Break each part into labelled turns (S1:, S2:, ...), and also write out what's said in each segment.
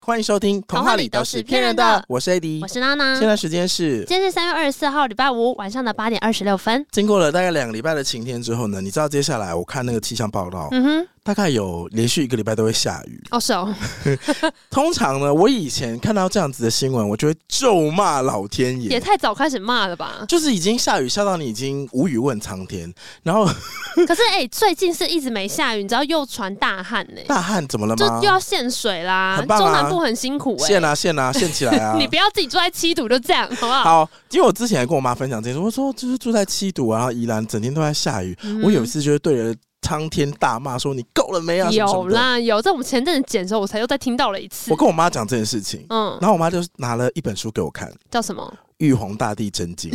S1: 欢迎收听《童话里都是骗人的》，我是 AD，
S2: 我是娜娜。
S1: 现在时间是
S2: 今天是三月二十四号，礼拜五晚上的八点二十六分。
S1: 经过了大概两个礼拜的晴天之后呢，你知道接下来我看那个气象报道，
S2: 嗯哼，
S1: 大概有连续一个礼拜都会下雨。
S2: 哦是 哦，
S1: 通常呢，我以前看到这样子的新闻，我就会咒骂老天
S2: 也
S1: 爷。？
S2: 太早开始骂了吧
S1: 就是已经下雨下到你已经无语问苍天，然后
S2: 可是哎、最近是一直没下雨，你知道又传大旱呢、
S1: 大旱怎么了
S2: 就
S1: 吗
S2: 又？要限水啦。
S1: 很棒啊
S2: 中南部很辛苦哎、
S1: 限啊限啊限起来啊！
S2: 你不要自己住在七堵就这样，好不好？
S1: 好，因为我之前也跟我妈分享这件事，我说就是住在七堵啊，然后宜兰整天都在下雨，
S2: 嗯
S1: 我有一次就是对着苍天大骂说：“你够了没啊？”什么什
S2: 有
S1: 么的。
S2: 啦有，在我们前阵子剪的时候，我才又再听到了一次
S1: 我。跟我妈讲这件事情，
S2: 嗯，
S1: 然后我妈就拿了一本书给我看，《
S2: 叫什么？
S1: 玉皇大帝真经》，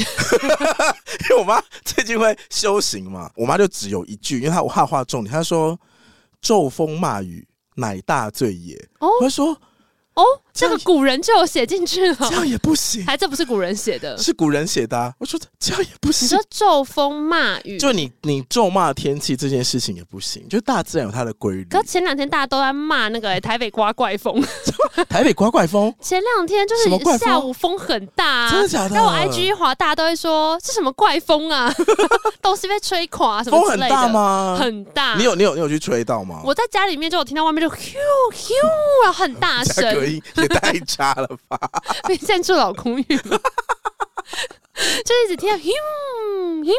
S1: 因为我妈最近会修行嘛，我妈就只有一句，因为她我画画重点，她说：“骤风骂雨，乃大罪也。”
S2: 哦
S1: 我就说
S2: 哦，
S1: 这
S2: 这
S1: 样
S2: 个古人就有写进去
S1: 这样
S2: 了，
S1: 也不行，
S2: 还这不是古人写的？
S1: 是古人写的、啊。我说这样也不
S2: 你
S1: 行
S2: 说，咒风骂雨，
S1: 就你你咒骂天气这件事情也不行，就大自然有它的规律。
S2: 可前两天大家都在骂那个、欸台北刮怪风，
S1: 台北刮怪风，
S2: 前两天就
S1: 什么怪
S2: 是
S1: 风
S2: 下午风很大、啊，
S1: 真的假的？
S2: 然后我 IG 一滑，大家都会说这什么怪风啊， 东西被吹垮、 啊、什
S1: 风
S2: 么之
S1: 很
S2: 类的，
S1: 大吗？
S2: 很大
S1: 你有你有你有去吹到吗？
S2: 我在家里面就有听到外面就咻咻啊，很大
S1: 家隔
S2: 声，
S1: 音也太差了 吧！
S2: 被建筑 老公寓嘛，就一直听到咻咻，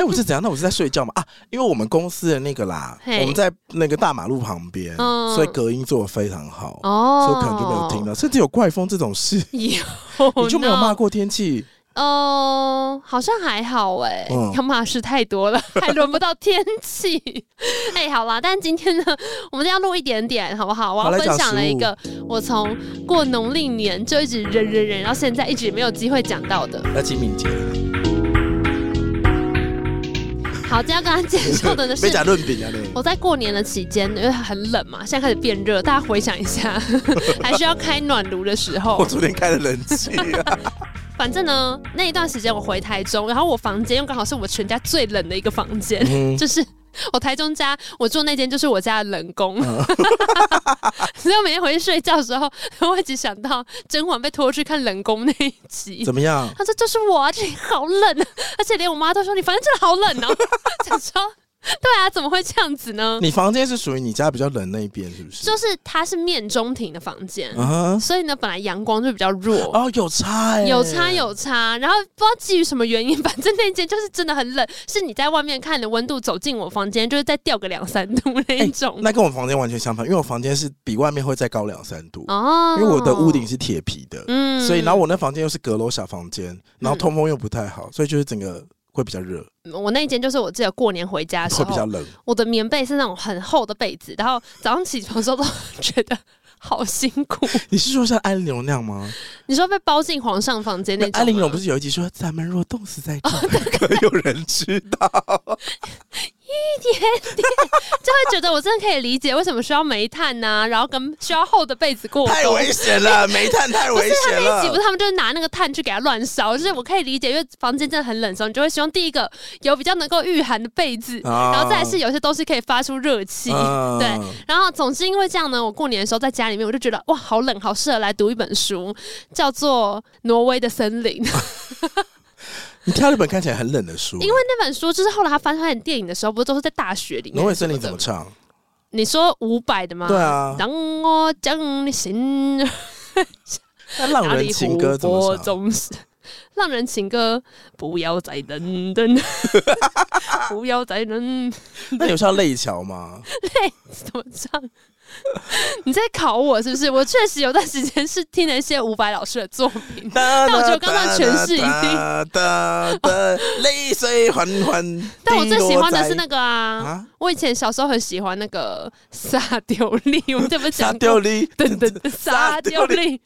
S1: 哎、我是怎样？那我是在睡觉嘛？啊，因为我们公司的那个啦，
S2: 嘿
S1: 我们在那个大马路旁边，
S2: 嗯
S1: 所以隔音做的非常好，
S2: 哦，
S1: 所以我可能就没有听到，甚至有怪风这种事，
S2: 有，
S1: 你就没有骂过天气。
S2: 哦，好像还好哎、
S1: 嗯
S2: 要骂事太 多了，还轮不到天气。 哎、好啦，但今天呢，我们要录一点点，好不好？我
S1: 好来
S2: 要分
S1: 讲
S2: 享了
S1: 食
S2: 一
S1: 物
S2: 个我从过农历年就一直忍忍忍，到现在一直没有机会讲到的。
S1: 那清明节
S2: 好，今天要跟大家介 绍的呢是哦
S1: 没。讲论饼啊，你
S2: 我在过年的期间，因为很冷嘛，现在开始变热，大家回想一下， 还需要开暖炉的时候
S1: 我，昨天开了冷气、 啊，
S2: 反正呢，那一段时间我回台中，然后我房间又刚好是我全家最冷的一个房间，
S1: 嗯
S2: 就是我台中家，我住那间就是我家的冷宫，
S1: 嗯
S2: 所以我每天回去睡觉的时候，我会一直想到甄嬛被拖去看冷宫那一集。
S1: 怎么 样？
S2: 他说：“这是我、啊，这里好冷啊！”而且连我妈都说：“你反正真的好冷哦、 想说：“对啊，怎么会这样子呢
S1: 你房间是属于你家比较冷那一边，是不？”是？
S2: 就是它是面中庭的房间，
S1: 嗯哼，
S2: 所以呢，本来阳光就比较弱。
S1: 哦，有差哎、
S2: 有差。有差，然后不知道基于什么原因，反正那间就是真的很冷，是你在外面看的温度走进我房间，就是再掉个两三度那
S1: 哎
S2: 一种。
S1: 那跟我房间完全相反，因为我房间是比外面会再高两三度，
S2: 哦
S1: 因为我的屋顶，是铁皮的，
S2: 嗯
S1: 所以，然后我那房间又是阁楼小房间，然后通风又不太好，所以就是整个会比较热，
S2: 我那一间就是我记得过年回家的时
S1: 会比较
S2: 候，
S1: 冷。
S2: 我的棉被是那种很厚的被子，然后早上起床的时候都觉得好辛苦。
S1: 你是说像安陵容那样吗？
S2: 你说被包进皇上房间那
S1: 那
S2: 种吗，哦
S1: 安陵容不是有一集说“咱们若冻死在这儿”，可有人知道？
S2: 就会觉得我真的可以理解为什么需要煤炭呐、然后跟需要厚的被子过
S1: 太
S2: 冬
S1: 危险了，煤炭太危险
S2: 那一集
S1: 了。
S2: 不是他们就是拿那个炭去给它乱烧，就是我可以理解，因为房间真的很冷的时候，你就会希望第一个有比较能够御寒的被子，
S1: 啊
S2: 然后再来是有些东西可以发出热气。
S1: 嗯
S2: 对，然后总是因为这样呢，我过年的时候在家里面，我就觉得哇，好冷，好适合来读一本书，叫做《挪威的森林》。
S1: 你挑了一本看起来很冷的书，
S2: 因为那本书就是后来他翻拍成电影的时候，不是都是在大学里
S1: 《
S2: 面？
S1: 挪威森林》怎么？唱？
S2: 你说伍佰的吗？
S1: 对。啊，
S2: 让我将你心
S1: 那浪
S2: 哪
S1: 人
S2: 里
S1: 情歌怎么唱？
S2: 总是浪人情歌，不要再等 等，不要再等，
S1: 那有唱泪桥 吗？
S2: 怎么唱？ 你在考我是不是？我确实有段时间是听了一些伍佰老师的作品，
S1: 但
S2: 我觉得刚刚诠释已经
S1: 经泪水缓缓。
S2: 但我最喜欢的是那个啊，
S1: 啊，
S2: 我以前小时候很喜欢那个撒丢 力，我们这不
S1: 撒
S2: 讲
S1: 丢
S2: 过？
S1: 力，
S2: 等等，撒丢力，
S1: 哦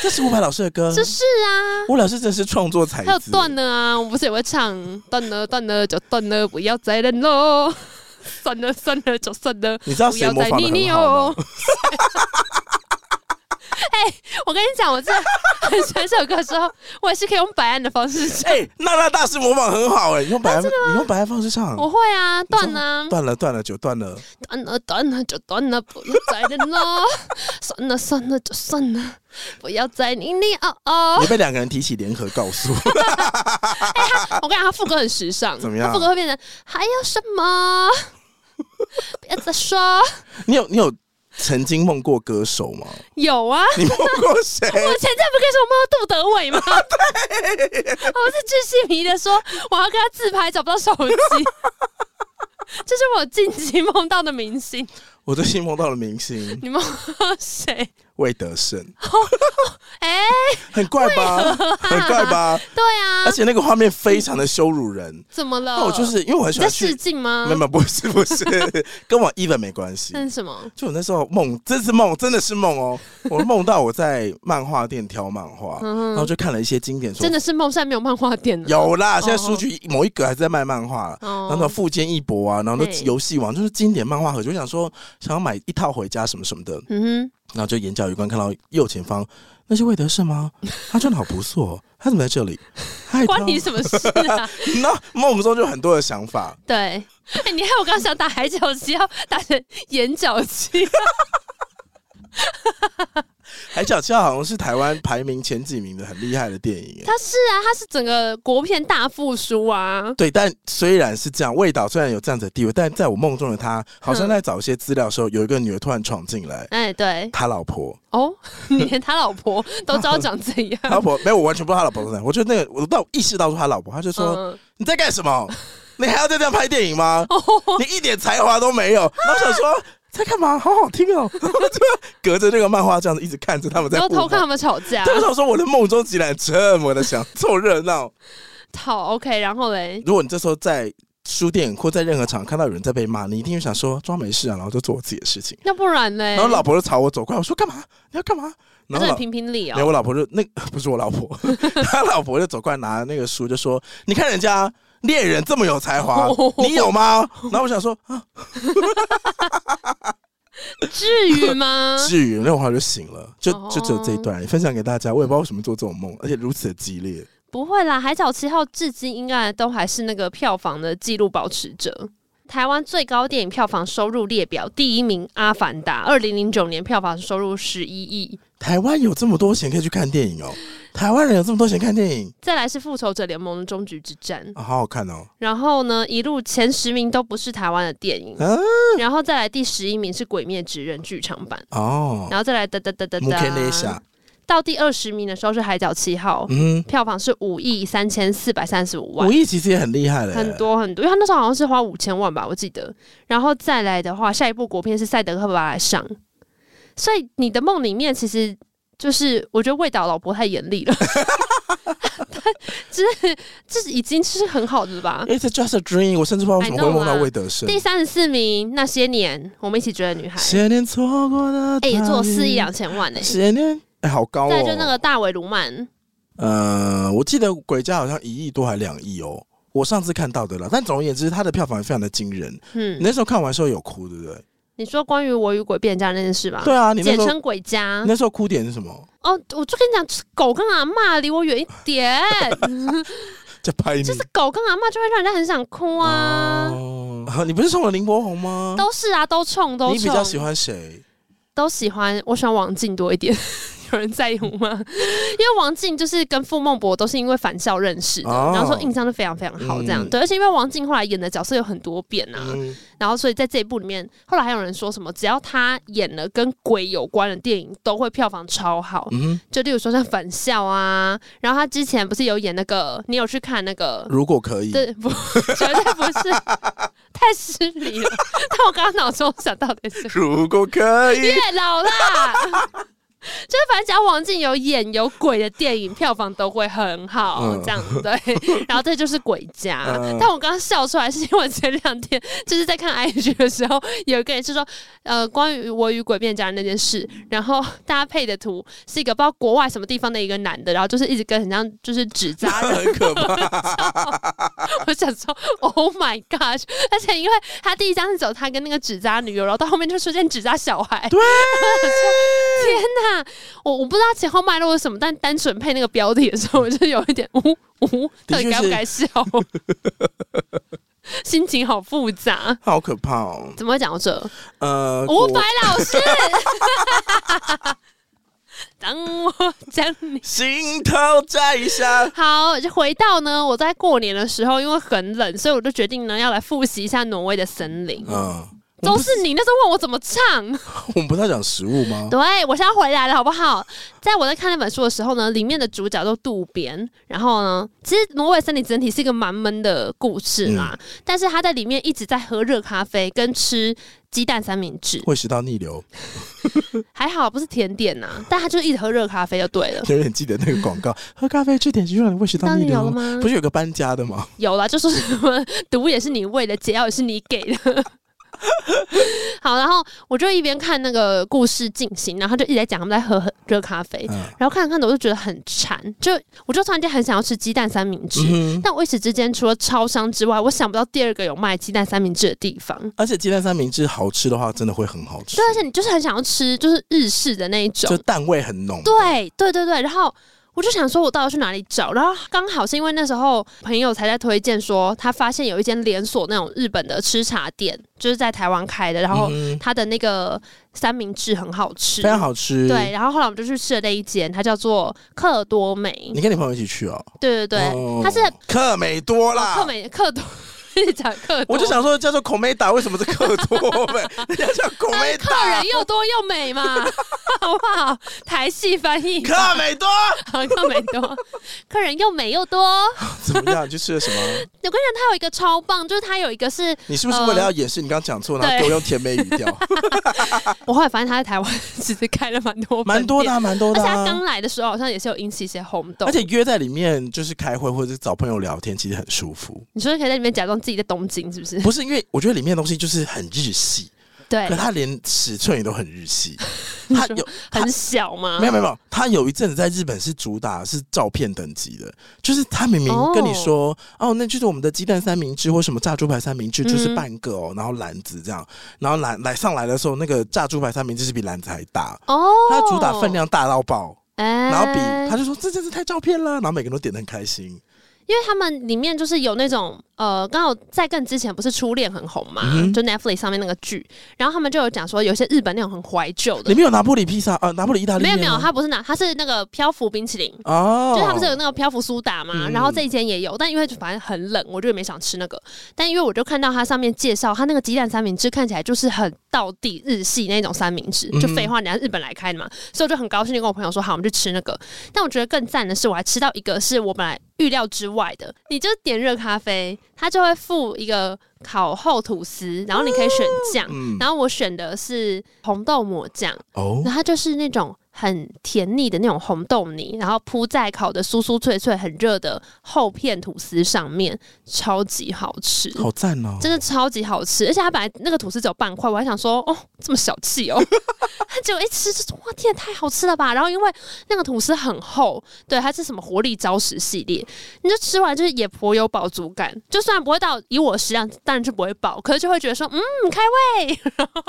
S1: 这是伍佰老师的歌。
S2: 就是啊。
S1: 伍佰老师真是创作才
S2: 还有
S1: 子。欸
S2: 断了啊，我不是也会唱断了断了就断了，不要再等喽， 算了算了就算了。
S1: 你知道
S2: 不
S1: 谁
S2: 要
S1: 模
S2: 再
S1: 仿的
S2: 腻
S1: 很
S2: 腻
S1: 好吗
S2: 哦？我跟你讲，我真的很喜欢这首歌的时候，我也是可以用白案的方式唱。
S1: 哎、娜娜大师模仿很好哎、你用白、你用白方式唱，
S2: 我会啊，断啊，
S1: 断了断了就断了，
S2: 断了断了就断了，不能再忍了， 算了算了就算了，不要再你你哦哦。
S1: 你被两个人提起联合告诉，
S2: 我跟你讲，他副歌很时尚，
S1: 怎么样
S2: 他副歌会变成还有什 么？别再说
S1: 你有你有曾经梦过歌手吗？
S2: 有啊，
S1: 你梦过谁？
S2: 我前阵不跟你说我梦到杜德伟吗？对，我是巨细迷的说我要跟他自拍，找不到手 机。这是我近期梦到的明星，
S1: 我最近梦到了明星
S2: 你梦到谁？
S1: 魏德胜，
S2: 哎、
S1: 很怪 吧？很怪吧？
S2: 对啊
S1: 而，且那个画面非常的羞辱人。
S2: 怎么了？
S1: 那我就是因为我很
S2: 嗯你
S1: 喜
S2: 在
S1: 欢
S2: 试
S1: 去，
S2: 镜吗嗯
S1: 没有？没有不是不 是，跟我 even 没关系
S2: 那。是什么？
S1: 就我那时候梦，这是梦，真的是梦 哦。我梦到我在漫画店挑漫画，然后就看了一些经典书
S2: 嗯真。的是梦山没有漫画店了。
S1: 有啦，现在
S2: 哦
S1: 书局某一格还是在卖漫画了。然后那
S2: 哦
S1: 种，富坚义博啊，然后那
S2: 对
S1: 游戏王就是经典漫画盒，就想说想要买一套回家什么什么的，
S2: 嗯
S1: 然后就眼角余光看到右前方，那是魏德胜吗？他穿的好不错哦，他怎么在这里？嗨
S2: 哼，，关你什么事 啊？
S1: 那梦中就很多的想法，
S2: 对，哎、你害我刚想打海角七号，打成眼角七，
S1: 海角七号好像是台湾排名前几名的很厉害的电影耶。
S2: 他是啊，他是整个国片大复苏啊。
S1: 对，但虽然是这样，魏导虽然有这样子的地位，但在我梦中的他，好像在找一些资料的时候，有一个女儿突然闯进来，
S2: 哎、对
S1: 他老婆，
S2: 哦，你连他老婆都知道长这
S1: 他
S2: 样，
S1: 老婆没有，我完全不知道他老婆在哪。我就那个，我到意识到说他老 婆，他就说、
S2: 嗯，
S1: 你在干什么？你还要再这样拍电影吗？你一点才华都没有。然后想说在干嘛？好好听哦， 然后就隔着那个漫画这样子一直看着他们在
S2: 然后
S1: 互
S2: 偷看
S1: 动。
S2: 他们吵架，
S1: 他们想说我的梦中竟然这么的想凑热闹。
S2: 好 OK，然后嘞，
S1: 如果你这时候在书店或在任何场看到有人在被骂，你一定会想说装没事啊，然后就做我自己的事情。
S2: 要不然嘞，
S1: 然后老婆就朝我走过来，我说干嘛？你要干嘛？然后
S2: 那
S1: 老
S2: 你评评理
S1: 没有，
S2: 哦，
S1: 我老婆就那 不是我老婆，他老婆就走过来拿那个书，就说：“你看人家猎人这么有才华，你有吗？”然后我想说：“啊，
S2: 至 于吗？
S1: 至于。”那我后来就醒了，就
S2: 哦
S1: 就只有这一段分享给大家。我也不知道为什么做这种梦，而且如此的激烈。
S2: 不会啦，《海角七号》至今应该都还是那个票房的纪录保持者。台湾最高电影票房收入列表第一名《阿凡达》，二零零九年票房收入十一亿。
S1: 台湾有这么多钱可以去看电影哦，台湾人有这么多钱看电影，
S2: 再来是《复仇者联盟：的终局之战》，
S1: 啊、好好看哦。
S2: 然后呢，一路前十名都不是台湾的电影，
S1: 啊
S2: 然后再来第十一名是《鬼灭之刃》剧场版，
S1: 哦，
S2: 然后再来哒哒哒哒
S1: 木肯内
S2: 哒
S1: 夏，，
S2: 到第二十名的时候是《海角七号》，
S1: 嗯，
S2: 票房是五亿三千四百三十五万
S1: 武。艺其实也很厉害嘞，
S2: 很多很多，因为他那时候好像是花五千万吧，我记得。然后再来的话，下一部国片是《赛德克巴莱上》，所以你的梦里面其实就是，我觉得魏导老婆太严 厉了，就是这是已经是很好的了吧。
S1: It's just a dream，我甚至不知道为什么
S2: I know 啊
S1: 会梦到
S2: 啦
S1: 魏德胜。
S2: 第三十四名，那些年我们一起追的女孩，
S1: 些年错过的，
S2: 哎、也做四亿两千万呢、
S1: 十年，哎、好高哦！
S2: 再来就那个大尾卢
S1: 哦
S2: 曼，
S1: 呃，我记得《鬼家》好像一亿多还两亿哦，我上次看到的了。但总而言之，它的票房也非常的惊人。你
S2: 嗯，
S1: 那时候看完的时候有哭，对不对？
S2: 你说关于我与鬼变家那件事吧？
S1: 对啊，你那
S2: 简
S1: 时候
S2: 称鬼家
S1: 你那时候哭点是什么？
S2: 哦，我就跟你讲，狗跟阿嬷离我远一点。
S1: 在拍你，
S2: 就是狗跟阿嬷就会让人家很想哭啊，
S1: 嗯哦啊 你不是送了林柏宏吗？
S2: 都是啊，都冲都冲，
S1: 你比较喜欢谁？
S2: 都喜欢，我喜欢王静多一点。 有人在乎 吗？因为王静就是跟傅孟博都是因为返校认识的，
S1: 哦
S2: 然后说印象就非常非常好，这样、
S1: 嗯
S2: 对。而且因为王静后来演的角色有很多变啊，
S1: 嗯，
S2: 然后所以在这一部里面，后来还有人说什么，只要他演了跟鬼有关的电影，都会票房超好。
S1: 嗯
S2: 就例如说像返校啊，然后他之前不是有演那个，你有去看那个
S1: 如果可以，
S2: 对，不， 绝对不是，太失礼了。但我刚刚脑中想到的 是
S1: 如果可以
S2: 月，老啦， 就是反正只要王静有演有鬼的电影，票房都会很好，
S1: 嗯
S2: 这样 对。然后这就是鬼家，
S1: 嗯
S2: 但我刚刚笑出来是因为我前两天就是在看 IG 的时候，有一个人是说，呃，关于我与鬼变家人那件事，然后大家配的图是一个不知道国外什么地方的一个男的，然后就是一直跟很像就是指扎人。
S1: 很可 怕。
S2: 我想说，Oh my gosh！而且因为他第一张是走他跟那个纸扎女友，然后到后面就出现纸扎小孩。对，天哪！我我不知道它前后脉络是什么，但单纯配那个标题的时候，我就有一点呜呜，到
S1: 的
S2: 底
S1: 确
S2: 该不
S1: 是
S2: 该笑？ 心情好复杂，
S1: 好可怕哦。
S2: 怎么会讲到这？
S1: 呃，
S2: 伍
S1: 国
S2: 佰老师，当我讲你。
S1: 心头在下，
S2: 好，就回到呢，我在过年的时候，因为很冷，所以我就决定呢要来复习一下挪威的森林。
S1: 嗯，我
S2: 都
S1: 们不
S2: 是你那时候问我怎么唱，
S1: 我们不是要讲食物吗？
S2: 对我现在回来了，好不好？在我在看那本书的时候呢，里面的主角都渡边，然后呢，其实挪威森林整体是一个蛮闷的故事啦，但是他在里面一直在喝热咖啡跟吃鸡蛋三明治，
S1: 会食道逆流，
S2: 还好不是甜点呐、但他就一直喝热咖啡就对了。
S1: 有点记得那个广告，喝咖啡吃点心就让你胃食道
S2: 那
S1: 逆
S2: 你有
S1: 流
S2: 了
S1: 吗？
S2: 吗？
S1: 不是有个搬家的吗？
S2: 有啦，就说什么毒也是你喂的，解药也是你给的。 好，然后我就一边看那个故事进行，然后就一直在讲他们在喝热咖啡，
S1: 嗯
S2: 然后看着看着我就觉得很馋，就我就突然间很想要吃鸡蛋三明治，
S1: 嗯哼，
S2: 但我一时之间除了超商之外，我想不到第二个有卖鸡蛋三明治的地方。
S1: 而且鸡蛋三明治好吃的话，真的会很好吃
S2: 对，，而且你就是很想要吃，就是日式的那一种
S1: 就，蛋味很浓。
S2: 对对对对，然后我就想说，我到底去哪里找？然后刚好是因为那时候朋友才在推荐说，他发现有一间连锁那种日本的吃茶店，就是在台湾开的，然后
S1: 嗯
S2: 它的那个三明治很好吃，
S1: 非常。好吃。
S2: 对，，然后后来我们就去吃了那一间，它叫做克多美。
S1: 你跟你朋友一起去哦。
S2: 对对对，
S1: 哦
S2: 它是哦
S1: 克美多啦。
S2: 克美克多，一直讲克多，
S1: 我就想说叫做孔美达，为什么是克 多美？人家叫孔美
S2: 客
S1: 达
S2: 人，又多又美嘛， 好不好？台系翻译，
S1: 克美多
S2: 好客美多，客人又美又多。
S1: 怎么样？你去吃了什么？
S2: 我跟你讲，它有一个超棒，就是它有一个是
S1: 你是不是为了要掩饰你刚刚讲错，然后
S2: 对
S1: 给我用甜美语 调？
S2: 我后来发现他在台湾其实开了蛮多
S1: 蛮多的
S2: 分
S1: 啊，蛮多
S2: 店，而
S1: 的
S2: 且他
S1: 啊。
S2: 刚来的时候好像也是有引起一些轰动
S1: 而。且约在里面就是开会或者是找朋友聊天，其实很舒服。
S2: 你说可以在里面假装自己在东京是不是？
S1: 不是因为我觉得里面的东西就是很日系，
S2: 对
S1: 可，它连尺寸也都很日 系。它有
S2: 很小嘛
S1: 没。有没有没有，他有一阵子在日本是主打是照片等级的，就是他明明跟你说哦那就是我们的鸡蛋三明治或什么炸猪排三明治，就是
S2: 嗯
S1: 半个哦，然后篮子这样，然后篮来上来的时候，那个炸猪排三明治是比篮子还大，
S2: 哦，
S1: 它主打分，量大到爆，
S2: 哎
S1: 然后比他就说这真是太照片了，然后每个人都点的很开心，
S2: 因为他们里面就是有那种呃，刚好在更之前不是初恋很红嘛，
S1: 嗯哼
S2: 就 Netflix 上面那个剧，然后他们就有讲说，有些日本那种很怀旧的
S1: 里，面有拿破里披萨啊，拿破里意大利
S2: 没有
S1: 面
S2: 没有，
S1: 吗
S2: 它不是拿，它是那个漂浮冰淇淋，
S1: 哦，
S2: 就是它不是有那个漂浮苏打嘛，
S1: 嗯
S2: 然后这一间也有，但因为就反正很冷，我就也没想吃那个。但因为我就看到它上面介绍，它那个鸡蛋三明治看起来就是很道地日系那种三明治，
S1: 嗯
S2: 就废话，人家日本来开的嘛，所以我就很高兴就跟我朋友说，好，我们去吃那个。但我觉得更赞的是，我还吃到一个是我本来预料之外的，你就点热咖啡，它就会附一个烤厚吐司，然后你可以选酱，
S1: 嗯
S2: 然后我选的是红豆抹酱。
S1: 哦
S2: 然后它就是那种很甜腻的那种红豆泥，然后铺在烤的酥酥脆脆、很热的厚片吐司上面，超级好吃。
S1: 好赞哦，
S2: 真的超级好吃，而且它本来那个吐司只有半块，我还想说哦这么小气哦， 结果一吃就说哇天太好吃了吧！然后因为那个吐司很厚，对它是什么活力招食系列，你就吃完就是也颇有饱足感，就虽然不会到以我食量当然是不会饱，可是就会觉得说嗯开胃， 然后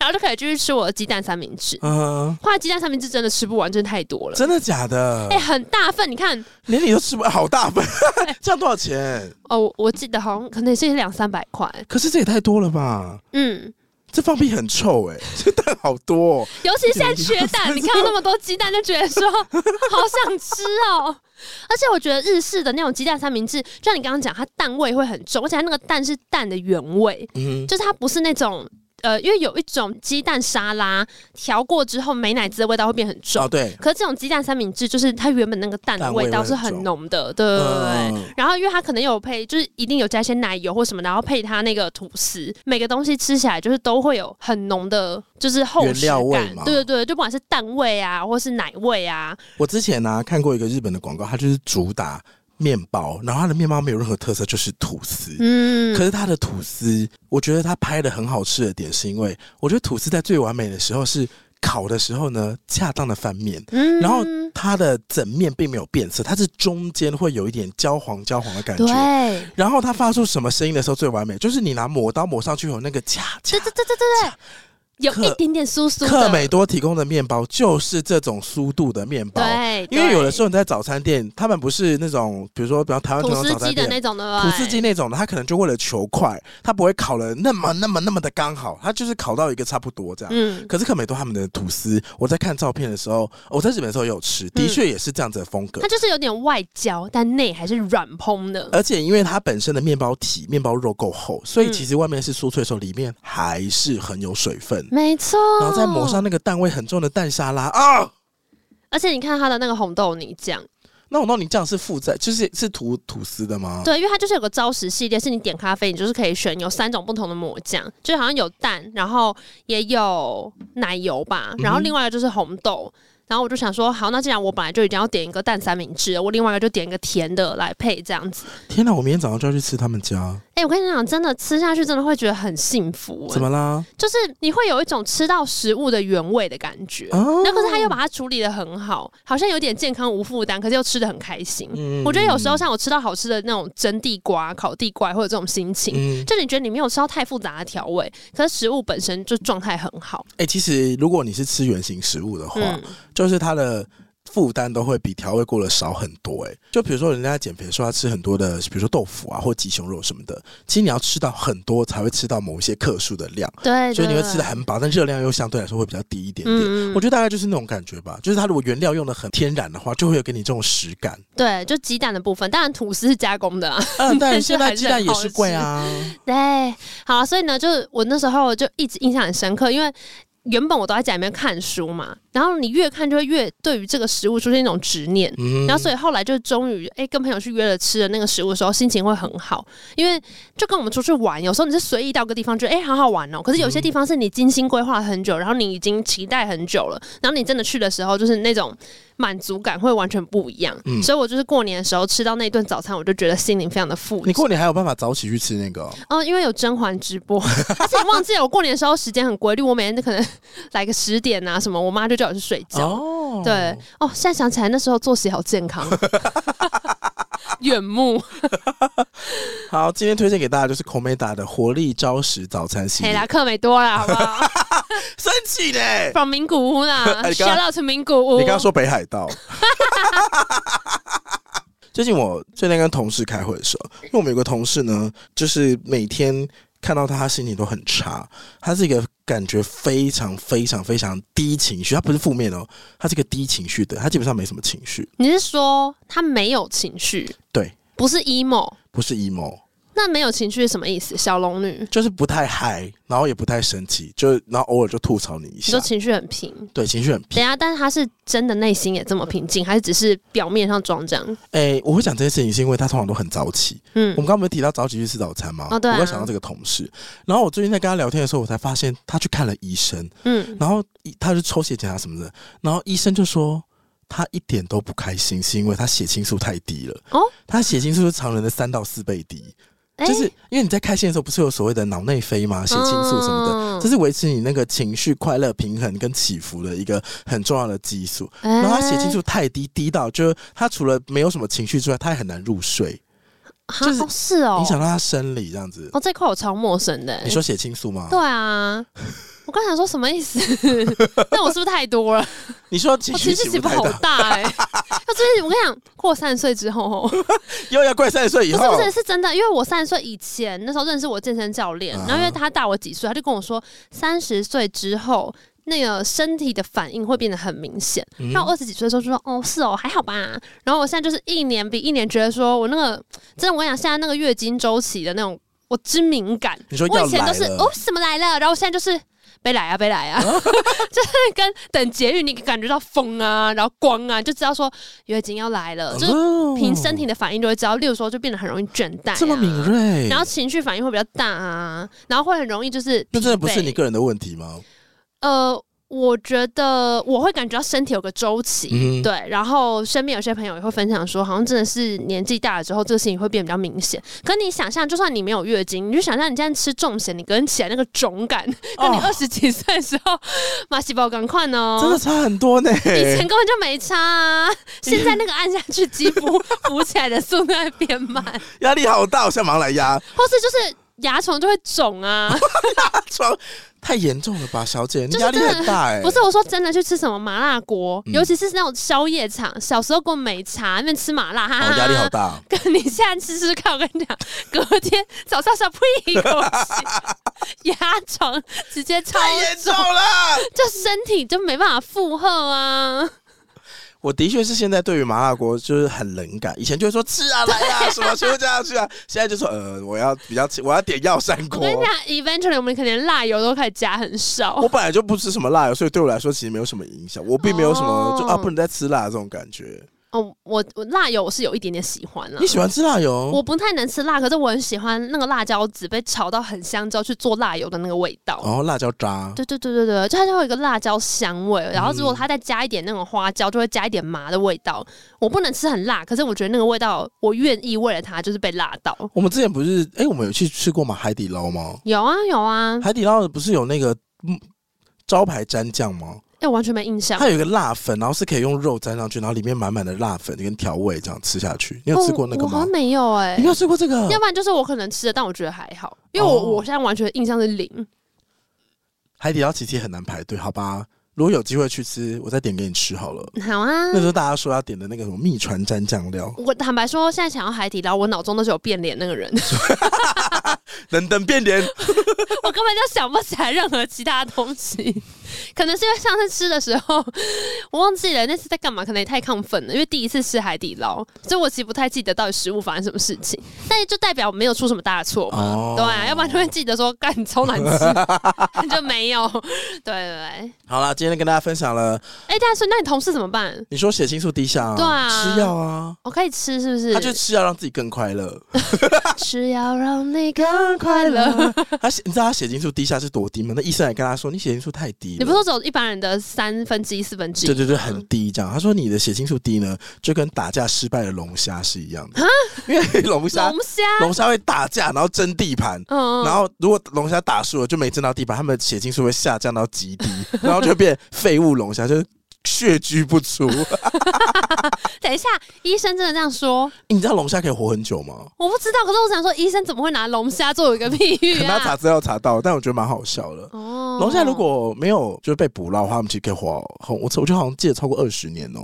S2: 然后就可以继续吃我的鸡蛋三明治。
S1: 嗯，
S2: 花鸡蛋三明治真的吃不完，真的太多了。
S1: 真的假的
S2: 哎、？很大份，你看
S1: 连你都吃不好大 份，这样多少钱？
S2: 哦，我我记得好像可能也是两三百块，
S1: 可是这也太多了吧？
S2: 嗯，
S1: 这放屁很臭 哎、这蛋好多、哦，
S2: 尤其现在缺 蛋，你看到那么多鸡蛋就觉得说好想吃哦。 而且我觉得日式的那种鸡蛋三明治，就像你刚刚讲，它蛋味会很重，而且它那个蛋是蛋的原味，
S1: 嗯，
S2: 就是它不是那种呃，因为有一种鸡蛋沙拉调过之后，美乃滋的味道会变很重。
S1: 哦对，
S2: 可是这种鸡蛋三明治，就是它原本那个蛋的
S1: 蛋味
S2: 味道
S1: 会
S2: 是
S1: 很
S2: 很
S1: 重
S2: 浓的，对对对对
S1: 嗯
S2: 然后因为它可能有配，就是一定有加一些奶油或什么，然后配它那个吐司，每个东西吃起来就是都会有很浓的，就是厚
S1: 原
S2: 实
S1: 料味
S2: 感
S1: 嘛。
S2: 对对对，就不管是蛋味啊，或是奶味啊，
S1: 我之前呢、看过一个日本的广告，它就是主打面包，然后它的面包没有任何特色，就是吐司。
S2: 嗯
S1: 可，是它的吐司，我觉得它拍的很好吃的点，是因为我觉得吐司在最完美的时候是烤的时候呢，恰当的翻面，
S2: 嗯
S1: 然后它的整面并没有变色，它是中间会有一点焦黄焦黄的感觉。
S2: 对。
S1: 然后它发出什么声音的时候最完美，就是你拿抹刀抹上去有那个恰恰
S2: 对对对对对，有
S1: 克
S2: 一点点酥酥
S1: 克
S2: 的，
S1: 美多提供的面包就是这种酥度的面包，
S2: 对，
S1: 因为有的
S2: 对
S1: 时候你在早餐店，他们不是那种，比如说，比方台湾传
S2: 吐
S1: 统
S2: 司
S1: 早餐
S2: 机的
S1: 店。
S2: 那种的吧，
S1: 吐司机那种的，他可能就为了求快，他不会烤了那么、那么、那么的刚好，他就是烤到一个差不多这样。
S2: 嗯，
S1: 可是可美多他们的吐司，我在看照片的时候，哦我在日本的时候也有吃，
S2: 嗯
S1: 的确也是这样子的风格。
S2: 它就是有点外焦，但内还是软蓬的。
S1: 而且因为它本身的面包体、面包肉够厚，所以
S2: 嗯
S1: 其实外面是酥脆的时候，里面还是很有水分。
S2: 没错，
S1: 然后再抹上，那个蛋味很重的蛋沙拉啊，
S2: 而且你看它的那个红豆泥酱，
S1: 那我弄你酱是附在，就是是涂吐司的吗？
S2: 对，因为它就是有个招食系列，是你点咖啡，你就是可以选有三种不同的抹酱，就好像有蛋，然后也有奶油吧，然后
S1: 嗯哼
S2: 另外一个就是红豆。然后我就想说，好，那既然我本来就已经要点一个蛋三明治了，我另外一个就点一个甜的来配这样子。
S1: 天哪，我明天早上就要去吃他们家，
S2: 哎、我跟你讲，真的吃下去真的会觉得很幸福、欸
S1: 怎么啦？
S2: 就是你会有一种吃到食物的原味的感觉。
S1: 啊，
S2: 那可是他又把它处理的很好，好像有点健康无负担，可是又吃的很开心。
S1: 嗯
S2: 我觉得有时候像我吃到好吃的那种蒸地瓜、烤地瓜，会有这种心情。
S1: 嗯，
S2: 就你觉得你没有吃到太复杂的调味，可是食物本身就状态很好。
S1: 哎、其实如果你是吃原型食物的话，
S2: 嗯，
S1: 就是它的负担都会比调味过的少很多、欸。哎，就比如说人家减肥说要吃很多的，比如说豆腐啊或鸡胸肉什么的，其实你要吃到很多才会吃到某一些克数的量，
S2: 对，
S1: 所以你会
S2: 对
S1: 吃的。很饱，但热量又相对来说会比较低一点点。
S2: 嗯，
S1: 我
S2: 我
S1: 觉得大概就是那种感觉吧，就是它如果原料用的很天然的话，就会有给你这种实感。
S2: 对，就鸡蛋的部分，当然吐司是加工的啊。
S1: 嗯，但
S2: 但是
S1: 是现在
S2: 还是
S1: 鸡蛋也
S2: 好
S1: 是贵 啊。
S2: 对，好啊，所以呢，就是我那时候就一直印象很深刻，因为原本我都在家里面看书嘛，然后你越看就会越对于这个食物出现一种执念。
S1: 嗯，
S2: 然后所
S1: 以
S2: 以后来就终于哎、跟朋友去约了吃了那个食物的时候，心情会很好，因为就跟我们出去玩，有时候你是随意到个地方觉得哎、好好玩哦，可是
S1: 嗯
S2: 有些地方是你精心规划了很久，然后你已经期待很久了，然后你真的去的时候，就是那种满足感会完全不一样。
S1: 嗯
S2: 所以我就是过年的时候吃到那顿早餐，我就觉得心灵非常的富足。
S1: 你过年还有办法早起去吃那个哦、
S2: 哦，因为有甄嬛直播， 而且你忘记了，我过年的时候时间很规律，我每天都可能 来个十点啊什么，我妈就叫我去睡觉。
S1: 哦
S2: 对，哦，现在想起来那时候作息好健 康，远目
S1: 好，今天推荐给大家就是 Comeda 的活力招食早餐系
S2: 黑
S1: 列
S2: 拉，克美多啦，好不好
S1: 生气嘞！
S2: ？From 名古屋 啦
S1: 哎你刚刚
S2: ，Shout out to 名古屋。
S1: 你刚刚说北海 道。最近我最近跟同事开会的时候，因为我们有个同事呢，就是每天看到他，他心情都很差。他是一个感觉非常非常非常低情绪，他不是负面哦，他是一个低情绪的，他基本上没什么情绪，
S2: 你是说他没有情绪？
S1: 对，
S2: 不是 emo。
S1: 不是 emo，
S2: 那没有情绪是什么意思？小龙女，
S1: 就是不太嗨，然后也不太生气，就是然后偶尔就吐槽你一
S2: 你
S1: 下
S2: 说，情绪很平。
S1: 对，情绪很
S2: 等
S1: 平。
S2: 一下，但是他是真的内心也这么平静，还是只是表面上装这样？
S1: 哎、我会讲这件事情是因为他通常都很早起，
S2: 嗯
S1: 我们，刚刚不是提到早起去吃早餐吗？
S2: 哦对啊
S1: 我刚想到这个同事，然后我最近在跟他聊天的时候，我才发现他去看了医生，
S2: 嗯，
S1: 然后医他就抽血检查什么的，然后医生就说他一点都不开心，是因为他血清素太低了。
S2: 哦，
S1: 他血清素是常人的三到四倍低，
S2: 哎
S1: 就是因为你在开心的时候不是有所谓的脑内啡吗？血清素什么的。
S2: 嗯
S1: 这是维持你那个情绪快乐平衡跟起伏的一个很重要的激素。
S2: 哎
S1: 然后他血清素太低，低到就是他除了没有什么情绪之外，他也很难入睡，
S2: 哈
S1: 就是
S2: 哦是哦，
S1: 影响到他生理这样子。
S2: 哦这块我超陌生的。
S1: 你说血清素吗？
S2: 对啊，我刚想说什么意思？ 那我是不是太多了？
S1: 你说情
S2: 我
S1: 绪
S2: 情
S1: 起
S2: 绪
S1: 伏
S2: 起伏
S1: 太
S2: 好
S1: 大，
S2: 大 哎、要就是我跟你讲，过三十岁之后吼，
S1: 哦
S2: 不
S1: 又要怪三十岁以
S2: 是
S1: 后
S2: 不是是真的，因为我三十岁以前那时候认识我健身教
S1: 啊
S2: 练，然后因为他大我几岁，他就跟我说三十岁之后。那个身体的反应会变得很明显。
S1: 嗯
S2: 那我二十几岁的时候就说：“哦，是哦，还好吧。”然后我现在就是一年比一年觉得说，我那个真的，我跟你讲，现在那个月经周期的那种，我之敏感，
S1: 你说
S2: 我
S1: 要
S2: 以前
S1: 来
S2: 都是
S1: 了哦
S2: 哦，什么来了，然后现在就是别来啊，别来啊， 就是跟等节日你感觉到风啊，然后光啊，就知道说月经要来了，就是
S1: 哦
S2: 凭身体的反应就会知道，例如说就变得很容易倦怠、啊，
S1: 这么敏，锐，
S2: 然后情绪反应会比较大啊，然后会很容易就是
S1: 那真的不
S2: 疲
S1: 是
S2: 惫
S1: 你个人的问题吗？
S2: 呃，我觉得我会感觉到身体有个周期。
S1: 嗯，，
S2: 对，然后身边有些朋友也会分享说，好像真的是年纪大了之后，这个事情会变比较明显。可你想象，就算你没有月经，你就想象你现在吃重咸，你隔天起来那个肿感，跟你
S1: 哦
S2: 二十几岁的时候，马细胞赶快呢。
S1: 真的差很多呢。
S2: 哦以前根本就没差、啊，现在那个按下去，肌肤 浮起来的速度在变慢，
S1: 压力好大，我现在马上来压
S2: 啊或是就是牙床就会肿啊，
S1: 床。太严重了吧，小姐，你
S2: 就是
S1: 压力
S2: 真的
S1: 很大哎、
S2: 不是我说真的，去吃什么麻辣锅，
S1: 嗯
S2: 尤其是那种宵夜场，小时候跟我没差，那边吃麻辣，哈哈
S1: 哦，
S2: 哈，
S1: 压力好。大哦、
S2: 跟你现在吃吃看，我跟你讲，隔天早上小呸一口气， 压床直接超
S1: 太严重了。
S2: 就身体就没办法负荷啊。
S1: 我的确是现在对于麻辣锅就是很冷感，以前就会说吃啊来啊什么全部这样去啊，现在就说呃我要比较吃我要点药膳
S2: 我
S1: 锅
S2: 跟。你讲，eventually 我们可能辣油都开始加很少
S1: 我，本来就不吃什么辣油，所以对我来说其实没有什么影响，我并没有什么、
S2: 哦
S1: 就啊不能再吃辣这种感觉。
S2: 哦，我我辣油我是有一点点喜欢啊啦
S1: 你。喜欢吃辣
S2: 嗯我
S1: 油？
S2: 不太能吃辣，可是我很喜欢那个辣椒籽被炒到很香之后去做辣油的那个味道。
S1: 哦，辣椒渣。
S2: 对对对对对，就它就会有一个辣椒香味，然后如
S1: 嗯
S2: 果它再加一点那种花椒，就会加一点麻的味道。我不能吃很辣，可是我觉得那个味道，我愿意为了它就是被辣到。
S1: 我们之前不是哎、我们有去吃过吗？海底捞吗？
S2: 有啊有啊，
S1: 海底捞不是有那个嗯招牌蘸酱吗？
S2: 哎、我完全没印象。
S1: 它有一个辣粉，然后是可以用肉沾上去，然后里面满满的辣粉跟调味这样吃下去。你有吃过那
S2: 哦
S1: 个
S2: 我好
S1: 吗
S2: 像？没有哎、
S1: 你没有吃过这个？
S2: 要不然就是我可能吃了，但我觉得还好，因为我、
S1: 哦
S2: 我现在完全印象是零。
S1: 海底捞其实也很难排队，好吧？如果有机会去吃，我再点给你吃好了。
S2: 好啊
S1: 那，时候大家说要点的那个什么秘传蘸酱料，
S2: 我坦白说，现在想要海底捞，我脑中都是有变脸那个人，
S1: 等等变脸，
S2: 我根本就想不起来任何其他东西。可能是因为上次吃的时候，我忘记了那次在干嘛，可能也太亢奋了，因为第一次吃海底捞，所以我其实不太记得到底食物发生什么事情，但是就代表没有出什么大的错嘛。
S1: 哦
S2: 对啊，要不然就会记得说干你超难吃， 就没有。对对对，
S1: 好啦，今天跟大家分享了，
S2: 哎、大家说，那你同事怎么办？
S1: 你说血清素低下、
S2: 对啊
S1: 吃药啊，
S2: 我可以吃是不是？
S1: 他就吃药让自己更快乐，
S2: 吃要让你更快乐。。
S1: 他血你知道他血清素低下是多低吗？那医生还跟他说，你血清素太低了。
S2: 你不是说走一般人的三分之一、四分之一？
S1: 对对对，很低这样。他说你的血清素低呢，就跟打架失败的龙虾是一样的，因为龙虾
S2: 龙虾，
S1: 啊龙虾会打架，然后争地盘。
S2: 嗯，
S1: 然后，如果龙虾打输了就没争到地盘，他们的血清素会下降到极低， 然后就会变废物龙虾，就是血居不 出。
S2: 等一下，医生真的这样说？
S1: 你知道龙虾可以活很久吗？
S2: 我不知道，可是我想说，医生怎么会拿龙虾做一个譬
S1: 可
S2: 喻
S1: 能要查
S2: 啊？
S1: 资料查到，但我觉得蛮好笑的。
S2: 哦
S1: 龙虾如果没有就是被捕捞的话，他们其实可以活很，我我就好像记得超过二十年哦、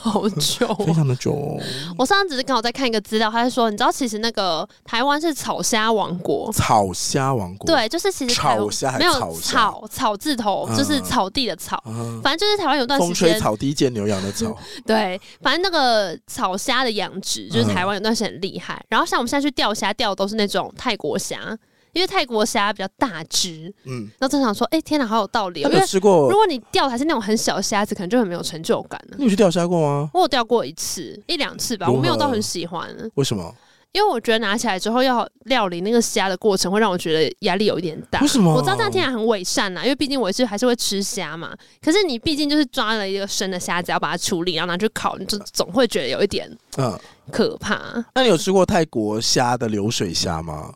S2: 好久哦、
S1: 非常的久、哦。
S2: 我上次只是刚好在看一个资料，他就说，你知道其实那个台湾是草虾王国，
S1: 草虾王国，
S2: 对，就是其实台
S1: 炒虾还
S2: 没
S1: 是
S2: 有
S1: 草虾
S2: 草草字头，
S1: 嗯
S2: 就是草地的草。
S1: 啊，
S2: 反正就是台湾有段时
S1: 风吹
S2: 间，
S1: 草低见牛羊的 草，
S2: 对，反正那个草虾的养殖，就是
S1: 嗯
S2: 台湾有段时间很厉害。然后像我们现在去钓虾，钓的都是那种泰国虾，因为泰国虾比较大只。
S1: 嗯，
S2: 然后正想说，哎、天哪，好有道理、
S1: 那
S2: 哦！
S1: 你
S2: 因为
S1: 有吃
S2: 如
S1: 过？
S2: 果你钓的还是那种很小的虾子，可能就很没有成就感了、
S1: 你有去钓虾过吗？
S2: 我有钓过一次、一两次吧，
S1: 如何
S2: 我没有到很喜欢，
S1: 为什么？
S2: 因为我觉得拿起来之后要料理那个虾的过程，会让我觉得压力有一点大
S1: 为。什么？
S2: 啊我知道这样听起来很伪善啊啦，因为毕竟我是还是会吃虾嘛。可是你毕竟就是抓了一个生的虾子，要把它处理，然后拿去烤，你就总会觉得有一点
S1: 嗯，
S2: 可怕。
S1: 那你有吃过泰国虾的流水虾吗？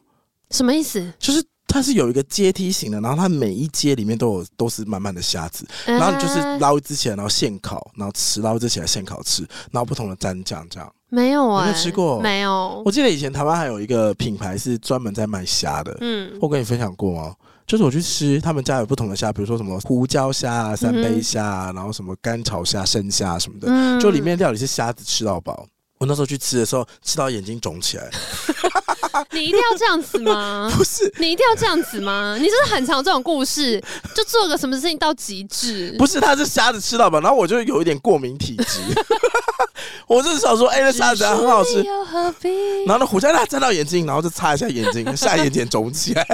S2: 什么意思？
S1: 就是它是有一个阶梯型的，然后它每一阶里面都有都是满满的虾子，
S2: 然
S1: 然后你就是
S2: 呃
S1: 捞一只起来，然后现烤，然后吃，捞一只起来现烤吃，然后不同的蘸酱这样。
S2: 没有
S1: 有
S2: 啊、
S1: 没有吃过
S2: 没有
S1: 我。记得以前台湾还有一个品牌是专门在卖虾的，
S2: 嗯，
S1: 我跟你分享过吗？就是我去吃他们家有不同的虾，比如说什么胡椒虾啊、三杯虾啊，然后什么干炒虾、生虾啊什么的，
S2: 嗯
S1: 就里面料理是虾子吃到饱。我那时候去吃的时候，吃到眼睛肿起来，
S2: 你一定要这样 子吗？
S1: 不是。
S2: 你一定要这样子吗？你是不是很常这种 故事，就做个什么事情到极致，
S1: 不是，它是虾子吃到饱，然后我就有一点过敏体 质，我就是想说，哎、那虾子啊很好吃
S2: 只说，又何必？
S1: 然后呢，胡椒辣沾到眼睛，然后就擦一下眼 睛，下眼睑肿起来，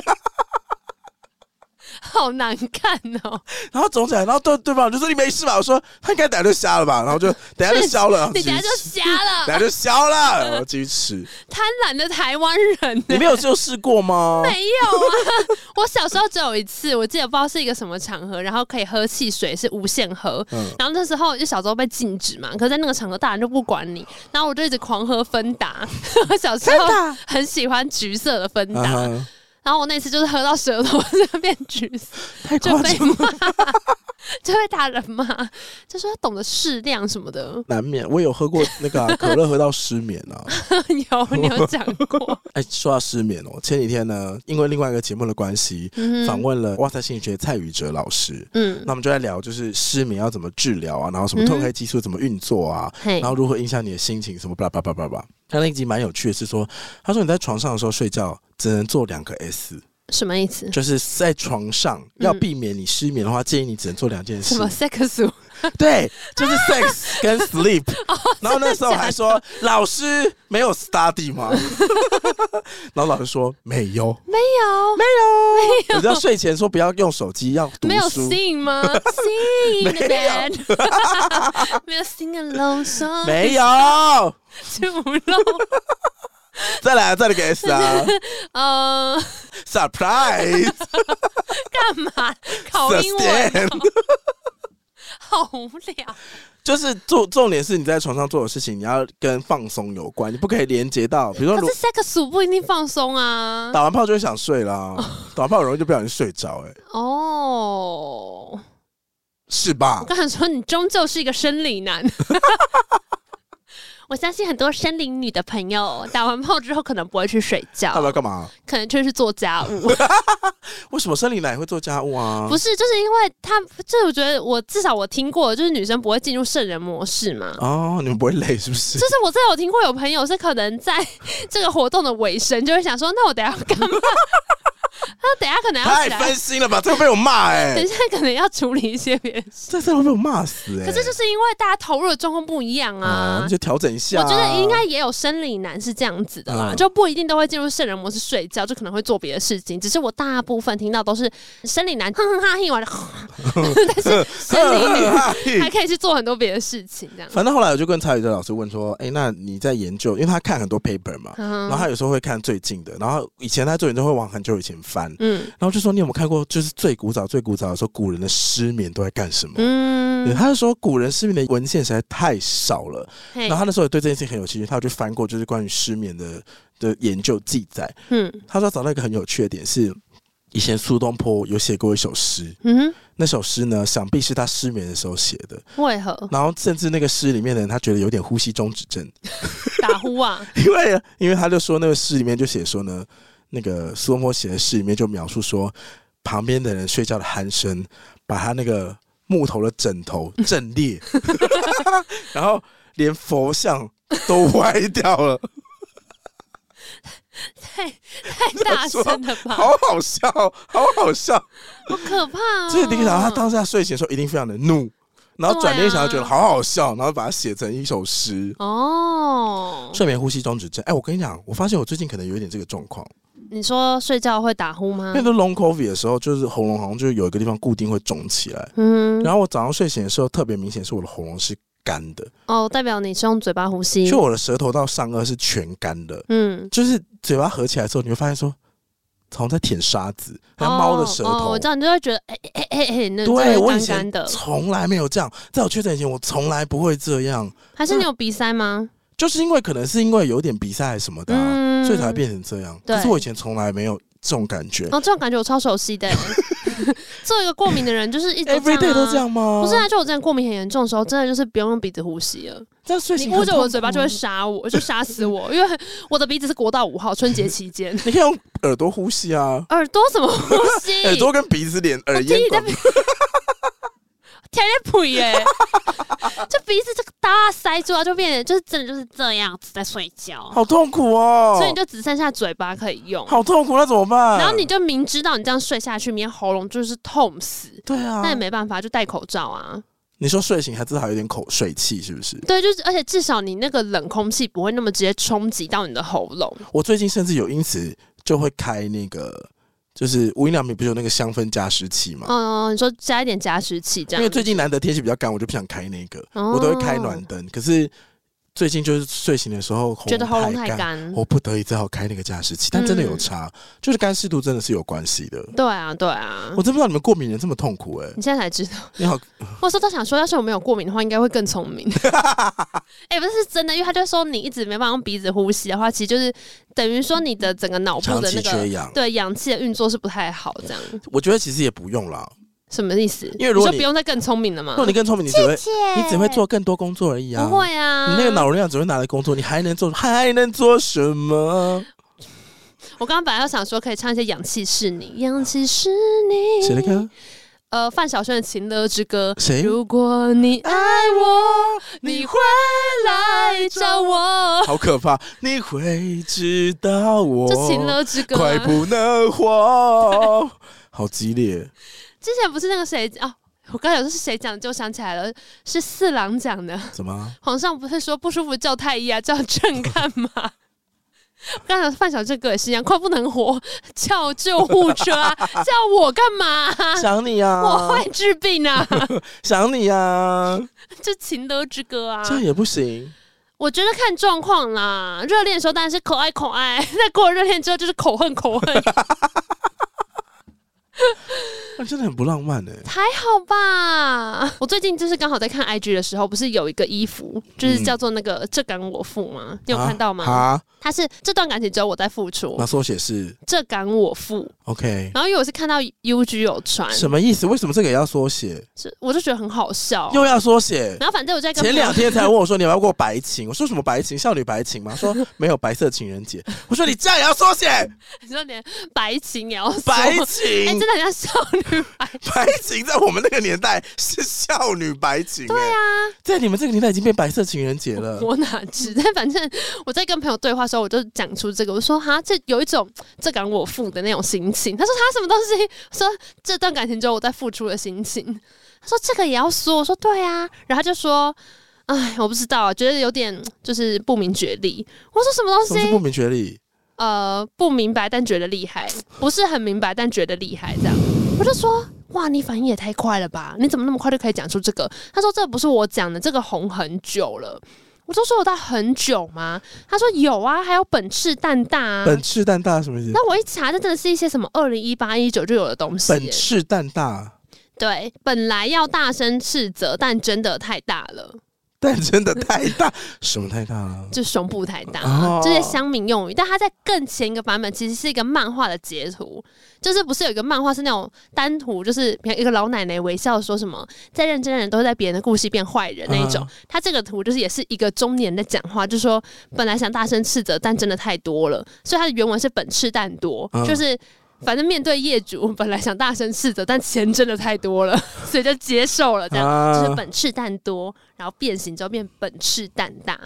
S2: 好难看哦！
S1: 然后肿起来，然后对对方就说你没事吧？我说他应该等下就瞎了吧，然后就等下就消 了，
S2: 你等下
S1: 继续
S2: 就
S1: 吃
S2: 瞎 了，
S1: 等下就消了，然后继续吃。
S2: 贪婪的台湾人呢、
S1: 你没有就试过吗？
S2: 没有啊！ 我小时候只有一次，我记得不知道是一个什么场合，然后可以喝汽水，是无限喝。
S1: 嗯，
S2: 然后那时候就小时候被禁止嘛，可是在那个场合大人就不管你，然后我就一直狂喝芬 达。我小时候很喜欢橘色的芬达，
S1: 啊哈
S2: 然后我那次就是喝到舌头就变橘色，
S1: 太
S2: 就
S1: 夸
S2: 被
S1: 张了，
S2: 骂。 就会打人嘛，就说他懂得适量什么的。
S1: 难免。我有喝过那个啊、可乐，喝到失眠啊。
S2: 有你有讲 过，
S1: 哎，说到失眠哦，前几天呢，因为另外一个节目的关系，
S2: 嗯
S1: 访问了哇塞心理学蔡宇哲老师，
S2: 嗯，
S1: 那我们就在聊就是失眠要怎么治疗啊，然后什么褪黑激素怎么运作啊，
S2: 嘿
S1: 然，后如何影响你的心情，什么巴拉巴拉巴拉巴拉。他那一集蛮有趣的是说，他说你在床上的时候睡觉只能做两个 S，
S2: 什么意思？
S1: 就是在床上要避免你失眠的话，建议你只能做两件事
S2: 嗯什，么 sex
S1: 对，就是 sex 跟 sleep。然
S2: 哦
S1: 后那时候还说老师没有 study 吗？ 然后老师说 没有，
S2: 有？
S1: 没有，我就要睡前说不要用手机，要读
S2: 没有
S1: 书。
S2: sing 吗？sing in
S1: 没有
S2: the bed，没 有 sing alone song，
S1: 没有，
S2: 主动，
S1: 再来、啊、再来个 S 啊
S2: 呃，
S1: ，surprise
S2: 干嘛考英文？哦
S1: sustain，
S2: 好无聊。
S1: 就是重重点是你在床上做的事情，你要跟放松有关，你不可以连接到，比如说
S2: 可
S1: 如
S2: 是 sex 不一定放松啊。
S1: 打完炮就会想睡啦，打完炮很容易就不小心睡着，哎，
S2: 哦，
S1: 是吧
S2: 我？刚想说你终究是一个生理男。 我相信很多生理女的朋友打完炮之后可能不会去睡觉
S1: 他，们要干嘛？
S2: 可能就去做家务。
S1: 嗯为什么生理男也会做家务啊
S2: 不？是，就是因为他，这我觉得我至少我听过，就是女生不会进入圣人模式嘛。
S1: 哦，你们不会累是不是
S2: 就？是我真的有听过有朋友是可能在 这个活动的尾声就会想说，那我等一下要干嘛？ 他等一下可能要
S1: 太
S2: 起来
S1: 分，心了吧，这个被我骂哎、
S2: 等一下可能要处理一些别的事。
S1: 这次会被我骂死哎、
S2: 可是就是因为大家投入的状况不一样
S1: 啊，
S2: 啊
S1: 你。就调整一下
S2: 我
S1: 啊。
S2: 觉得应该也有生理男是这样子的啦，
S1: 嗯
S2: 就不一定都会进入圣人模式睡觉，就可能会做别的事情。只是我大部分听到都是生理男哼哼哈 嘿完了，但是生理女
S1: 理
S2: 还可以去做很多别的事情，这 样。
S1: 反正后来我就跟蔡宇哲老师问说：“哎、那你在研究，因为他看很多 paper 嘛， 然后
S2: 嗯
S1: 他有时候会看最近的，然后以前他做研究会往很久以前翻，
S2: 嗯
S1: 然后就说你有没有看过，就是最古早、最古早的时候，古人的失眠都在干什么？对
S2: 嗯，
S1: 他就说古人失眠的文献实在太少了，
S2: 嘿
S1: 然后他那时候也对这件事情很有兴趣，他有去翻过就是关于失眠的的研究记载。
S2: 嗯
S1: 他说找到一个很有趣的点是，以前苏东坡有写过一首诗，
S2: 嗯
S1: 那首诗呢想必是他失眠的时候写的，
S2: 哼，为何
S1: 然后甚至那个诗里面的人他觉得有点呼吸中止症。
S2: 打呼 啊？
S1: 因为因为他就说那个诗里面就写说呢，那个苏东坡写的诗里面就描述说，旁边的人睡觉的鼾声，把他那个木头的枕头震裂，然后连佛像都歪掉了，
S2: 太太大声了吧？
S1: 好好笑，好好笑。
S2: 好可怕哦！
S1: 所以林想他当下睡醒的时候一定非常的怒，然后转念一想，
S2: 嗯对啊
S1: 觉得好好笑，然后把它写成一首诗。
S2: 哦，
S1: 睡眠呼吸中止症，哎、我跟你讲，我发现我最近可能有一点这个状况。
S2: 你说睡觉会打呼吗
S1: 因为？都 long covid 的时候，就是喉咙好像就有一个地方固定会肿起来。
S2: 嗯，
S1: 然后我早上睡醒的时候，特别明显是我的喉咙是干的，
S2: 哦，代表你是用嘴巴呼吸
S1: 就。我的舌头到上颚是全干的，
S2: 嗯，
S1: 就是嘴巴合起来之后，你会发现说，好像在舔沙子，像猫的舌
S2: 哦哦
S1: 头。
S2: 我知道你就会觉得哎哎哎哎，那
S1: 对我以
S2: 干
S1: 前
S2: 干的，
S1: 从来没有这样，在我确诊以前，我从来不会这样，
S2: 还是你有鼻塞吗？
S1: 就是因为可能是因为有点鼻塞什么的、啊，
S2: 嗯
S1: 所以才会变成这样。
S2: 对
S1: 可是我以前从来没有这种感觉、
S2: 哦，这种感觉我超熟悉的。 做一个过敏的人，就是一直
S1: e v e r y day
S2: 啊
S1: 都这。样吗？
S2: 不是，啊，就我之前过敏很严重的时候，真的就是不用用鼻子呼吸了。
S1: 这样睡
S2: 你
S1: 醒
S2: 捂
S1: 很
S2: 着我
S1: 痛
S2: 的嘴巴
S1: 苦啊
S2: 就会杀我，就杀死我，因为我的鼻子是国道五号，春节期 间
S1: 你可以用耳朵呼吸啊，
S2: 耳朵怎么呼 吸？
S1: 耳朵跟鼻子连耳
S2: 听
S1: 咽
S2: 你在
S1: 管
S2: 鼻，天天呸耶！ 就鼻子这个大塞住啊，就变得就是真的就是这样子在睡觉，
S1: 好痛苦哦，
S2: 所以你就只剩下嘴巴可以用。
S1: 好痛苦，那怎么办？
S2: 然后你就明知道你这样睡下去，明天喉咙就是痛死，
S1: 对啊
S2: 那，也没办法，就戴口罩啊。
S1: 你说睡醒还至少有点口水气，是不是？
S2: 对，就是而且至少你那个冷空气不会那么直接冲击到你的喉咙。
S1: 我最近甚至有因此就会开那个，就是无印良品不是有那个香氛加湿器嘛？
S2: 嗯，你说加一点加湿器这
S1: 因
S2: 样，
S1: 为最近难得天气比较干，我就不想开那个，
S2: 哦
S1: 我都会开暖灯。可是最近就是睡醒的时候，
S2: 觉得喉咙
S1: 太
S2: 太。干。
S1: 我不得已只好开那个加湿器，但真的有
S2: 嗯
S1: 差，就是干湿度真的是有关系的。
S2: 对啊，对啊
S1: 我，真不知道你们过敏人这么痛苦哎、
S2: 你现在才知道。
S1: 你好，
S2: 我说都想说，要是我没有过敏的话，应该会更聪 明。哎、不是是真的，因为他就说你一直没办法用鼻子呼吸的话，其实就是等于说你的整个脑部
S1: 长
S2: 的
S1: 期
S2: 那
S1: 缺
S2: 个
S1: 氧。
S2: 对氧气的运作是不太好，这样。
S1: 我觉得其实也不用啦，
S2: 什么意思？
S1: 因为如果
S2: 你
S1: 你
S2: 就不用再更聪明了嘛
S1: 如，果你更聪明，你只会
S3: 切，
S1: 你只会做更多工作而已啊，
S2: 不会啊。
S1: 你那个脑容量只会拿来工作，你还能做还能做什么？
S2: 我刚刚本来要想说可以唱一些《氧气是你》，氧气是你
S1: 谁的歌？
S2: 呃，范晓萱的《情歌之歌》。
S1: 谁？
S2: 如果你爱我，你会来找我。
S1: 好可怕！你会知道我
S2: 这《情歌之歌、啊
S1: 快》不能活，好激烈。
S2: 之前不是那个谁哦，我刚才有说是谁讲，就想起来了，是四郎讲的。
S1: 怎么？
S2: 皇上不是说不舒服叫太医啊，叫朕干 嘛？我刚才范晓这个也是一样，快不能活，叫救护 车啊，叫我干嘛、
S1: 想你啊！
S2: 我会治病啊，
S1: 想你啊！
S2: 这情德之歌啊
S1: 这，样也不行。
S2: 我觉得看状况啦。热恋的时候当然是可爱可爱， 那过了热恋之后就是口恨口恨，
S1: 那真的很不浪漫哎、
S2: 还好吧？我最近就是刚好在看 IG 的时候，不是有一个衣服，
S1: 嗯
S2: 就是叫做那个“这敢我付”吗？你有看到吗？
S1: 啊，
S2: 它是这段感情只有我在付出
S1: 那，缩写是
S2: 这敢我付。
S1: OK，
S2: 然后因为我是看到 UG 有传，
S1: 什么意思？为什么这个也要缩写？
S2: 是我就觉得很好笑。
S1: 又要缩写？
S2: 然后反正我在跟
S1: 前
S2: 朋友
S1: 两天才问我说你要不要过白情，我说什么白情？少女白情吗？说没有白色情人节。我说你这样也要缩写
S2: 你说连白情也要说
S1: 白
S2: 哎、
S1: 情
S2: 真？的很像少女白。
S1: 白情在我们那个年代是少女白情、对啊，在你们这个年代已经变白色情人节了。
S2: 我哪知？但反正我在跟朋友对话的时候，我就讲出这个，我说哈，这有一种这敢我付的那种心情。他说他什么东西？我说这段感情只有我在付出的心情。他说这个也要说，我说对啊。然后他就说，哎，我不知道，觉得有点就是不明觉厉。我说什么东
S1: 什么是
S2: 西
S1: 不？明觉厉？
S2: 呃不明白但觉得厉害，不是很明白但觉得厉害这样。我就说。哇，你反应也太快了吧！你怎么那么快就可以讲出这个？他说这不是我讲的，这个红很久了。我就说我到很久吗？他说有啊，还有本赤蛋大啊。
S1: 本赤蛋大是什么意思？
S2: 那我一查，这真的是一些什么二零一八一九就有的东西耶。
S1: 本赤蛋大，
S2: 对，本来要大声斥责，但真的太大了，
S1: 但真的太 大，什么太大了？
S2: 就胸部太大。
S1: 哦
S2: 这些乡民用语，但它在更前一个版本其实是一个漫画的截图，就是不是有一个漫画是那种单图，就是比如一个老奶奶微笑说什么“再认真的人都会在别人的故事变坏人”那一种
S1: 啊，
S2: 他这个图就是也是一个中年在讲话，就说本来想大声斥责，但真的太多了，所以他的原文是本斥但多，
S1: 嗯
S2: 就是。反正面对业主，本来想大声斥责，但钱真的太多了， 所以就接受了这样。
S1: 啊
S2: 就是本赤蛋多，然后变形之后变本赤蛋大。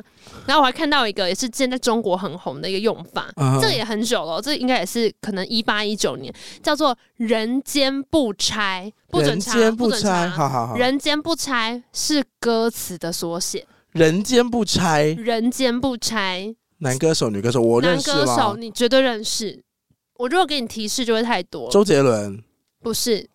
S2: 然后我还看到一个也是之前在中国很红的一个用法，
S1: 啊
S2: 这个也很久了哦，这应该也是可能一八一九年，叫做“人间不拆”，不准
S1: 人
S2: 拆，
S1: 间不
S2: 准
S1: 拆，
S2: 拆。
S1: 好好好，
S2: 人间不拆是歌词的缩写，
S1: 人间不拆，
S2: 人间不拆，
S1: 男歌手、女歌手，我认
S2: 男
S1: 识
S2: 歌手
S1: 吗？
S2: 你绝对认识。我如果给你提示就会太多了，
S1: 周杰伦、
S2: 不是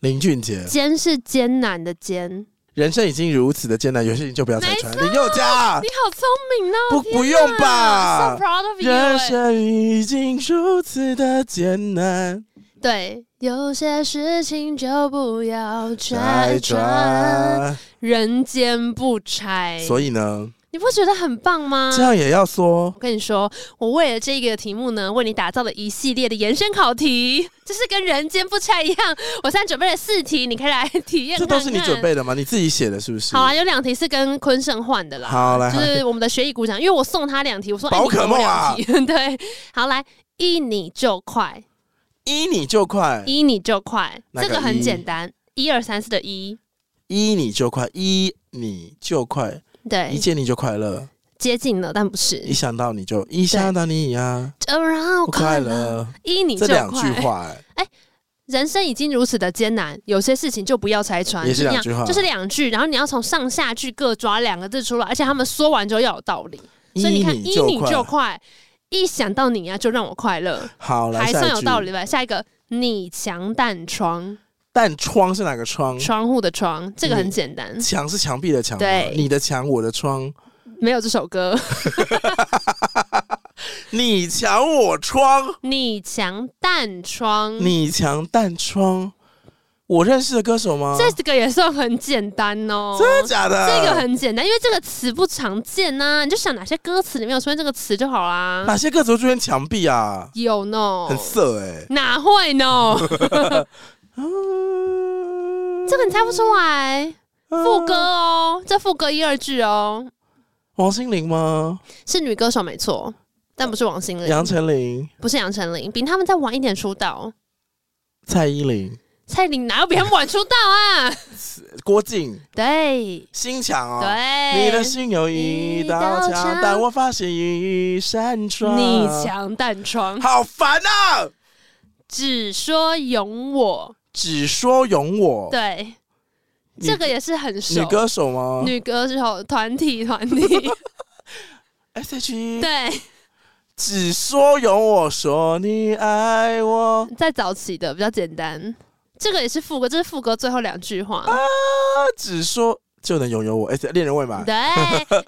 S1: 林俊杰，
S2: 艰是艰难的艰，
S1: 人生已经如此的艰难，有些你就不要再穿。林宥嘉
S2: 你，好聪明哦，
S1: 啊不
S2: 天
S1: 不
S2: 哪
S1: 用吧
S2: ？So proud of you，
S1: 人
S2: 欸
S1: 生已经如此的艰难，
S2: 对，有些事情就不要
S1: 再
S2: 拆穿，
S1: 转。
S2: 人间不拆。
S1: 所以呢，
S2: 你不觉得很棒吗？
S1: 这样也要说
S2: 我跟你说，我为了这个题目呢，为你打造了一系列的延伸考题， 就是跟人间不拆一样。我现在准备了四题，你可以来体验
S1: 这
S2: 看看。
S1: 都是你准？备的吗？你自己写的是不是？
S2: 好啊，有两题是跟坤盛换的啦。
S1: 好来
S2: 就
S1: 来
S2: 是我们的学艺鼓掌，因为我送他两题，我说哎
S1: 宝
S2: 你给
S1: 可
S2: 我
S1: 梦
S2: 两
S1: 啊
S2: 题对，好来，一你就快，
S1: 依你就快，
S2: 一你就快，
S1: 哪哎
S2: 这
S1: 个
S2: 个很
S1: 一
S2: 简单，一二三四的一，
S1: 依你就快，依你就快，
S2: 对
S1: 一，见你就快乐，
S2: 接近了，但不
S1: 一
S2: 是。呃
S1: 想到你就一想到你呀，
S2: 就让我
S1: 不快
S2: 快乐，
S1: 乐。
S2: 依啊你
S1: 这
S2: 就
S1: 两句
S2: 快。
S1: 话，哎
S2: 人生已经如此的艰难，有些事情就不要拆穿。
S1: 也是
S2: 就
S1: 两
S2: 样
S1: 句话
S2: 就是两句，然后你要从上下句各抓两个字出来，而且他们说完之后要有道理。所以你看，依
S1: 就
S2: 你
S1: 快。
S2: 就快，一想到你呀、啊就让我快乐，
S1: 好，来
S2: 还
S1: 下
S2: 算
S1: 一
S2: 有
S1: 句。
S2: 道理吧？下一个，你强淡窗，
S1: 但窗是哪个窗？
S2: 窗户的窗，这个很简单，
S1: 墙是墙壁的墙吗，
S2: 对
S1: 你的墙，我的窗，
S2: 没有这首歌。
S1: 你墙我窗，
S2: 你强淡窗，
S1: 你墙但窗，我认识的歌手吗？
S2: 这个也算很简单哦。
S1: 真的假的？
S2: 这个很简单，因为这个词不常见呐、你就想哪些歌词里面有出现这个词就好啦。
S1: 哪些歌手会出现墙壁啊？欸
S2: 有呢
S1: 很，色哎。
S2: 哪会呢？
S1: 啊
S2: 哦这个你猜不出来，
S1: 嗯
S2: 副歌哦，这副歌一二句哦，
S1: 王心凌吗？
S2: 是女歌手没错，但不是王心
S1: 杨
S2: 凌，
S1: 丞琳、
S2: 不是杨丞琳，比他们再晚一点出道。
S1: 蔡依林、
S2: 蔡依林哪有比他们晚出道 啊？
S1: 郭靖、
S2: 对
S1: 心墙哦。
S2: 对，
S1: 你的心有一道
S2: 一道墙
S1: 墙，但我发现一扇窗。
S2: 逆强弹窗，
S1: 好烦啊！
S2: 只说有我，
S1: 只说拥我，
S2: 对，
S1: 女
S2: 这个也是很熟
S1: 女。歌手吗
S2: 女歌手团体团体，
S1: ？S H E。
S2: 对，
S1: 只说拥我，说你爱我
S2: 在早期的比较简单，这个也是副歌，这是副歌最后两句话。
S1: 啊，只说就能拥有我。哎、恋人未满。
S2: 对，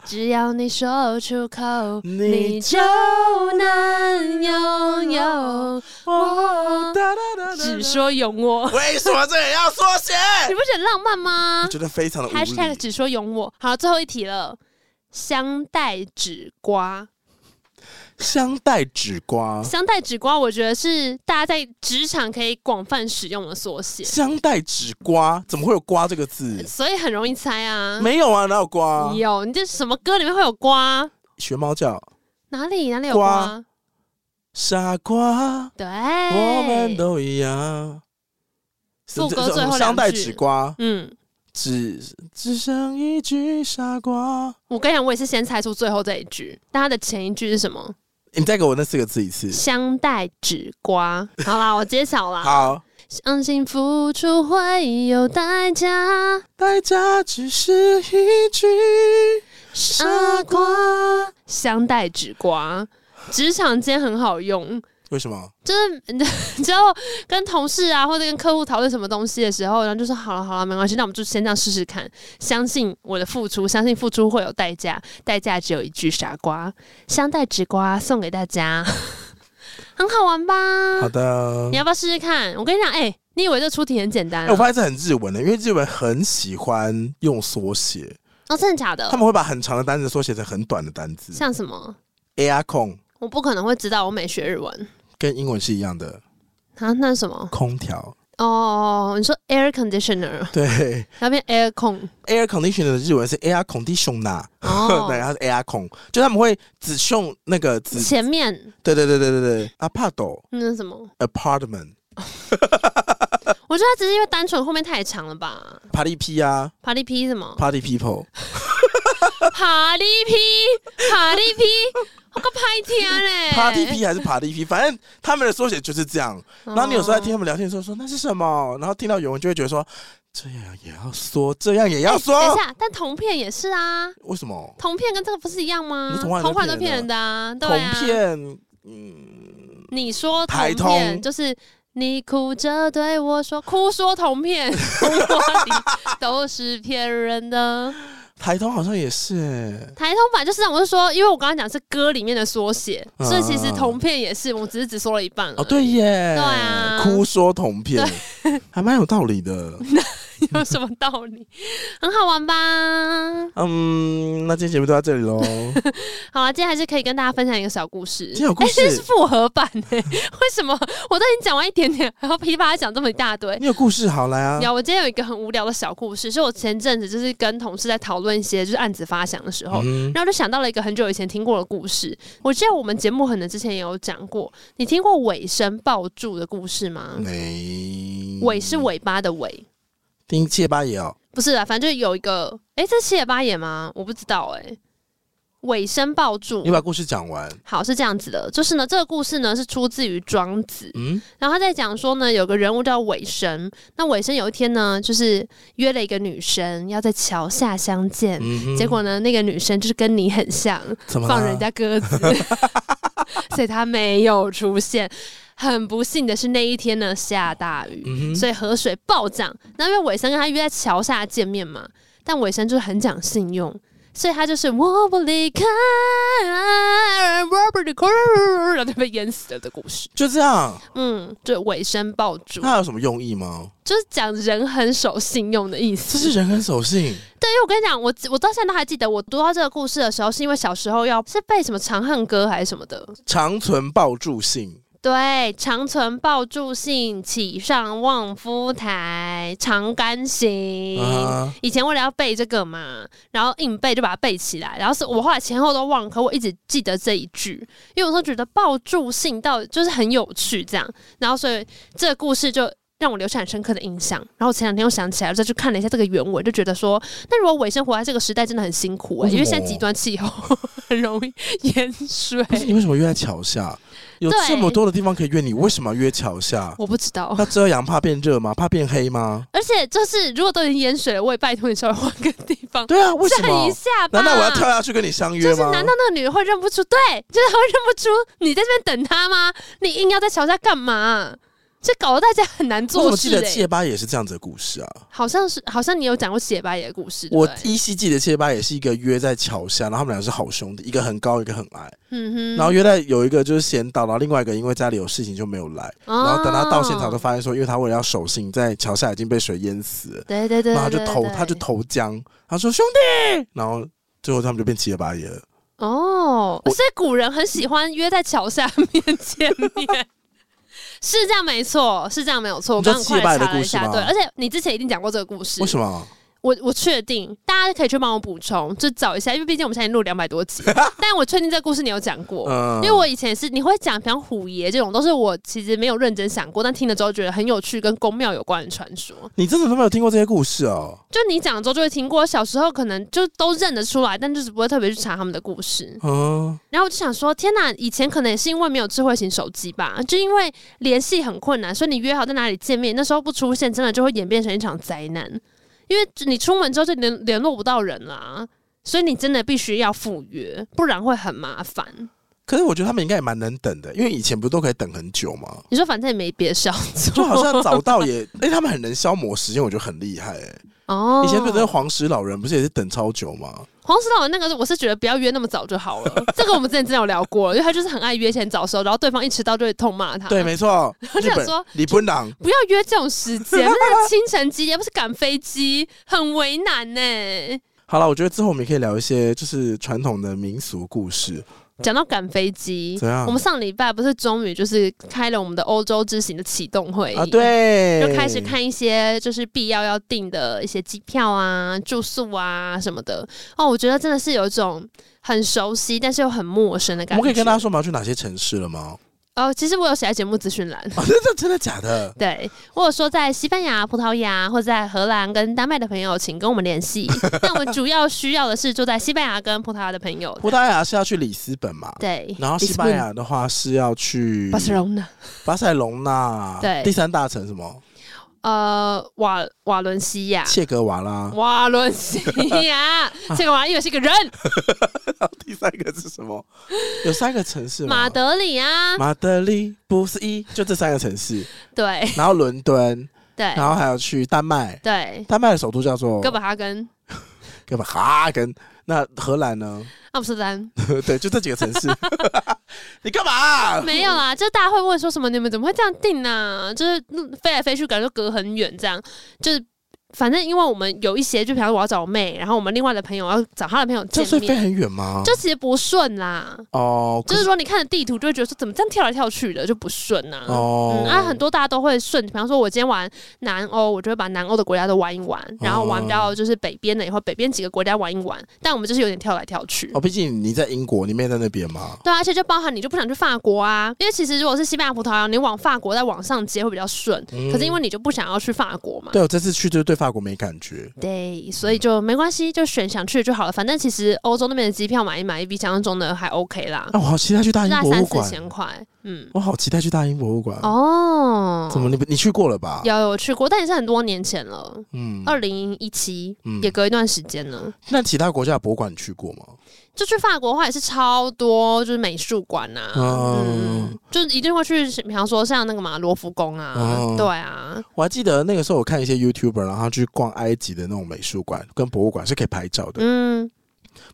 S2: 只要你说出口，你
S1: 你
S2: 就能拥有我。
S1: 哒哒哒哒哒
S2: 只说有我，
S1: 为什么这也要缩 写？
S2: 你不觉得浪漫吗
S1: 我觉得非常的无
S2: ？#hashtag
S1: 理。
S2: 只说有我。好，最后一题了，香袋纸瓜，
S1: 香袋纸瓜，
S2: 香袋纸瓜，我觉得是大家在职场可以广泛使用的缩写，
S1: 香袋纸瓜，怎么会有瓜这个字？
S2: 所以很容易猜啊。
S1: 没有啊，哪有瓜？
S2: 有，你这什么歌里面会有瓜？
S1: 学猫叫
S2: 哪里哪里有瓜？
S1: 傻瓜，
S2: 对，
S1: 我
S2: 我
S1: 们都一样。
S2: 哎副歌
S1: 这
S2: 最后两句
S1: 香袋纸瓜，
S2: 嗯，
S1: 只只剩一句傻瓜。
S2: 我跟你讲，我也是先猜出最后这一句，但它的前一句是什么？
S1: 你再给我那四个字一次。
S2: 香袋纸瓜。好啦，我揭晓啦。
S1: 好，
S2: 相信付出会有代价，
S1: 代价只是一句
S2: 傻啊瓜。香袋纸瓜，职场间很好用。
S1: 为什么？
S2: 就是你知道跟同事啊，或者跟客户讨论什么东西的时候，然后就说好了好了，没关系，那我们就先这样试试看。相信我的付出，相信付出会有代价，代价只有一句傻瓜，香袋纸瓜送给大家，很好玩吧
S1: 好？的
S2: 你。要不要试试看？我跟你讲，哎、你以为这出题很简单、
S1: 哎、
S2: 啊
S1: 我？发现这很日文的，因为日文很喜欢用缩写，
S2: 哦，真的假的
S1: 他？们会把很长的单字缩写成很短的单字。
S2: 像什么？
S1: air 控
S2: 我不可能会知道，我没学日文
S1: 跟英文是一样的，
S2: 啊。那是什么？
S1: 空调。
S2: 哦，你说 air conditioner，
S1: 对
S2: 那边 air con，
S1: ，air conditioner 的日文是 air conditioner，、
S2: 哦
S1: 对，它是 air 控，就他们会只用那个字。
S2: 前面
S1: 对对对对对对，apart
S2: 那是什么？
S1: apartment，
S2: 我觉得他只是因为单纯后面太长了吧。
S1: party p 啊
S2: Party P 什么
S1: ，party people。
S2: ？Party P，Party P，我个拍天嘞
S1: Party P 还是 Party P，反正他们的缩写就是这样。
S2: 哦
S1: 然后你有时候在听他们聊天的时候说那是什么，然后听到有人就会觉得说这样也要说，这样也要说，
S2: 等一下，但铜片也是啊，
S1: 为什么？
S2: 铜片跟这个不是一样吗
S1: 你？说
S2: 铜
S1: 铜
S2: 块
S1: 块
S2: 都
S1: 都
S2: 骗
S1: 骗
S2: 人
S1: 人
S2: 的啊，对
S1: 铜
S2: 啊。
S1: 片
S2: 你说
S1: 台
S2: 铜片
S1: 通
S2: 就是你哭着对我说，哭说铜片， 童话里都是骗人的。
S1: 台通好像也是、欸，
S2: 台通版就是这样，我是说，因为我刚刚讲是歌里面的缩写，
S1: 啊
S2: 所以其实铜片也是，我只是只说了一半
S1: 哦对耶，
S2: 呃对啊
S1: 哭说铜片， 还蛮有道理的。
S2: 有什么道理？很好玩吧？
S1: 嗯，那今天节目就到这里 喽。
S2: 好啊，今天还是可以跟大家分享一个小故事。
S1: 今天有故事
S2: 哎这是复合版哎、 为什么我都已经讲完一点点，还要噼里啪啦讲这么一大堆？
S1: 你有故事好来啊，
S2: 有，我今天有一个很无聊的小故事，是我前阵子就是跟同事在讨论一些就是案子发想的时候，
S1: 嗯，
S2: 然后就想到了一个很久以前听过的故事。我记得我们节目可能之前也有讲过，你听过尾声抱柱的故事吗？
S1: 没
S2: 尾是尾巴的尾，
S1: 丁切巴也有
S2: 不是啦，啊反正就有一个，哎、这是谢八野吗？我不知道哎、尾声抱柱
S1: 你，把故事讲完。
S2: 好，是这样子的，就是呢，这个故事呢是出自于庄子，
S1: 嗯，
S2: 然后他在讲说呢，有个人物叫尾生，那尾生有一天呢，就是约了一个女生要在桥下相见，
S1: 嗯哼
S2: 结果呢，那个女生就是跟你很像，
S1: 怎么啦
S2: 放人家鸽子，所以他没有出现。很不幸的是，那一天呢下大雨，
S1: 嗯
S2: 所以河水暴涨。那因为尾生跟他约在桥下见面嘛，但尾生就是很讲信用，所以他就是我不离开，我不离开，然后就被淹死了的故事。
S1: 就这样，
S2: 嗯，对，尾生爆竹
S1: 那有什么用意吗？
S2: 就是讲人很守信用的意
S1: 这
S2: 思。
S1: 是人很守信，
S2: 对，因为我跟你讲，我我到现在都还记得，我读到这个故事的时候，是因为小时候要是背什么《长恨歌》还是什么的，
S1: 长存抱住信，
S2: 对，长存抱助兴，起上望夫台，长干行。
S1: 啊，
S2: 以前为了要背这个嘛，然后硬背就把它背起来，然后是我后来前后都忘了，可我一直记得这一句，因为我都觉得抱住性到就是很有趣这样，然后所以这个故事就。让我留下很深刻的印象。然后我前两天又想起来，我再去看了一下这个原文，就觉得说，那如果尾生活在这个时代真的很辛苦哎、
S1: 为什
S2: 因
S1: 么
S2: 为现在极端气候 很容易淹水。
S1: 不是你为什么约在桥下？有
S2: 对
S1: 这么多的地方可以约你，为什么要约桥下？
S2: 我不知道，
S1: 那遮阳怕变热吗？怕变黑 吗？
S2: 而且就是如果都已经淹水了，我也拜托你稍微换个地方
S1: 对啊，为什
S2: 站
S1: 么
S2: 一？下吧。
S1: 难道我要跳下去跟你相约
S2: 就是
S1: 吗？
S2: 难道那个女的会认不出？对，就是她会认不出你在这边等她吗？你硬要在桥下干嘛？这搞得大家很难
S1: 我怎
S2: 做
S1: 么记
S2: 事、
S1: 得
S2: 欸。
S1: 戒巴也是这样子的故事啊？
S2: 好像是，好像你有讲过写白野的故事。对不
S1: 我
S2: 对
S1: 依稀记得戒巴也是一个约在桥下，然后他们俩是好兄弟，一个很高，一个很矮。
S2: 嗯哼，
S1: 然后约在有一个就是先到，然后另外一个因为家里有事情就没有来。
S2: 啊
S1: 然后等他到现场就
S2: 哦，
S1: 发现说，因为他为了要守信，在桥下已经被水淹死了，
S2: 对对对，
S1: 然后他就
S2: 对对
S1: 投
S2: 对
S1: 他就投江，他说兄弟，然后最后他们就变七爷八爷了。
S2: 哦，
S1: 我
S2: 所以古人很喜欢约在桥下面见面。 是这样没错，是这样没有错。我
S1: 你知
S2: 刚
S1: 道
S2: 刚快
S1: 祭拜的
S2: 查了一
S1: 故事
S2: 下，
S1: 吗
S2: 对，而且你之前一定讲过这个故事。
S1: 为什么？
S2: 我我确定，大家可以去帮我补充，就找一下，因为毕竟我们现在已经录两百多集，但我确定这个故事你有讲过。
S1: 嗯，
S2: 因为我以前也是，你会讲像虎爷这种，都是我其实没有认真想过，但听了之后觉得很有趣，跟宫庙有关的传说。
S1: 你真的都没有听过这些故事哦。
S2: 就你讲了之后就会听过，小时候可能就都认得出来，但就是不会特别去查他们的故事。
S1: 嗯，
S2: 然后我就想说，天哪！以前可能也是因为没有智慧型手机吧，就因为联系很困难，所以你约好在哪里见面，那时候不出现，真的就会演变成一场灾难。因为你出门之后就联联络不到人啦、所以你真的必须要赴约，不然会很麻烦。
S1: 可是我觉得他们应该也蛮能等的，因为以前不都可以等很久 吗？
S2: 你说反正也没别的事要
S1: 就
S2: 做，
S1: 好像早到也， 哎、他们很能消磨时间，我觉得很厉害、哎，
S2: 哦
S1: 以前不是那个黄石老人不是也是等超久吗？
S2: 黄石老人那个，我是觉得不要约那么早就好了。这个我们之前真的有聊过了，因为他就是很爱约前早熟，然后对方一迟到就会痛骂他。
S1: 对，没 错，日
S2: 啊想
S1: 本
S2: 说
S1: 李本朗
S2: 不要约这种时间，那清晨几点？不是赶飞机，很为难呢、
S1: 好了，我觉得之后我们也可以聊一些就是传统的民俗故事，
S2: 讲到赶飞机
S1: 怎，样？
S2: 我们上礼拜不是终于就是开了我们的欧洲之行的启动会
S1: 啊，，对，
S2: 就开始看一些就是必要要订的一些机票啊、住宿啊什么的。哦，我觉得真的是有一种很熟悉但是又很陌生的
S1: 我
S2: 感觉。
S1: 们可以跟大家说我们要去哪些城市了吗？
S2: 哦，其实我有写在节目资讯栏。
S1: 啊，真的真的假 的？
S2: 对，或者说在西班牙、葡萄牙或者在荷兰跟丹麦的朋友，请跟我们 联系。那我们主要需要的是住在西班牙跟葡萄牙的朋友。
S1: 葡萄牙是要去里斯本嘛？
S2: 对，
S1: 然后西班牙的话是要去
S2: Lisbon、巴塞隆纳、
S1: 巴塞隆纳，
S2: 对
S1: 第三大城什么？
S2: 呃，瓦瓦伦西亚、
S1: 切格瓦拉。
S2: 瓦伦西 亚，这个瓦因为是个人，
S1: 第三个是什么？ 有三个城市吗
S2: 马德里啊，
S1: 马德里不是一，就这三个城市。
S2: 对
S1: 然后伦敦，
S2: 对
S1: 然后还有去丹麦，
S2: 对，
S1: 丹麦的首都叫做
S2: 哥本哈根、
S1: 哥本哈根。那荷兰呢？
S2: 阿姆斯特丹
S1: 对，就这几个城 市。你干嘛、
S2: 没有啦，就大家会问说什么？你们怎么会这样定呢、就是嗯飞来飞去，感觉隔很远，这样就是反正因为我们有一些，就比方说我要找我妹，然后我们另外的朋友要找他的朋友
S1: 这
S2: 见
S1: 样所以飞哦
S2: 面，
S1: 很远吗？
S2: 就其实不顺啦。
S1: 哦，
S2: 就是说，你看着地图就会觉得说，怎么这样跳来跳去的就不顺呐、啊？
S1: 哦
S2: 嗯，，啊，很多大家都会顺，比方说，我今天玩南欧，我就会把南欧的国家都玩一玩，然后玩到就是北边的以后，北边几个国家玩一玩。但我们就是有点跳来跳去。
S1: 哦，毕竟你在英国，你妹在那边嘛。
S2: 对啊，而且就包含你就不想去法国啊，因为其实如果是西班牙、葡萄牙，你往法国再往上接会比较顺，
S1: 嗯
S2: 可是因为你就不想要去法国嘛。
S1: 对我这次去就是对法国没感觉，
S2: 对，所以就没关系，就选想去的就好了。反正其实欧洲那边的机票买一买，也比想象中的还 OK 啦，
S1: 啊，我好期待去大
S2: 就
S1: 英
S2: 在
S1: 博物
S2: 嗯三四
S1: 馆
S2: 千，块。嗯，
S1: 我好期待去大英博物馆。
S2: 哦，
S1: 啊怎么你不你去过了吧？
S2: 有有去过，但也是很多年前了，
S1: 嗯
S2: 二零一七，
S1: 嗯
S2: 也隔一段时间了。
S1: 那其他国家的博物馆你去过吗？
S2: 就去法国的话，也是超多，就是美术馆啊呐，
S1: 嗯
S2: 嗯，就一定会去，比方说像那个嘛罗浮宫啊，
S1: 嗯
S2: 对啊，
S1: 我还记得那个时候我看一些 YouTuber，然后他去逛埃及的那种美术馆跟博物馆是可以拍照的，
S2: 嗯，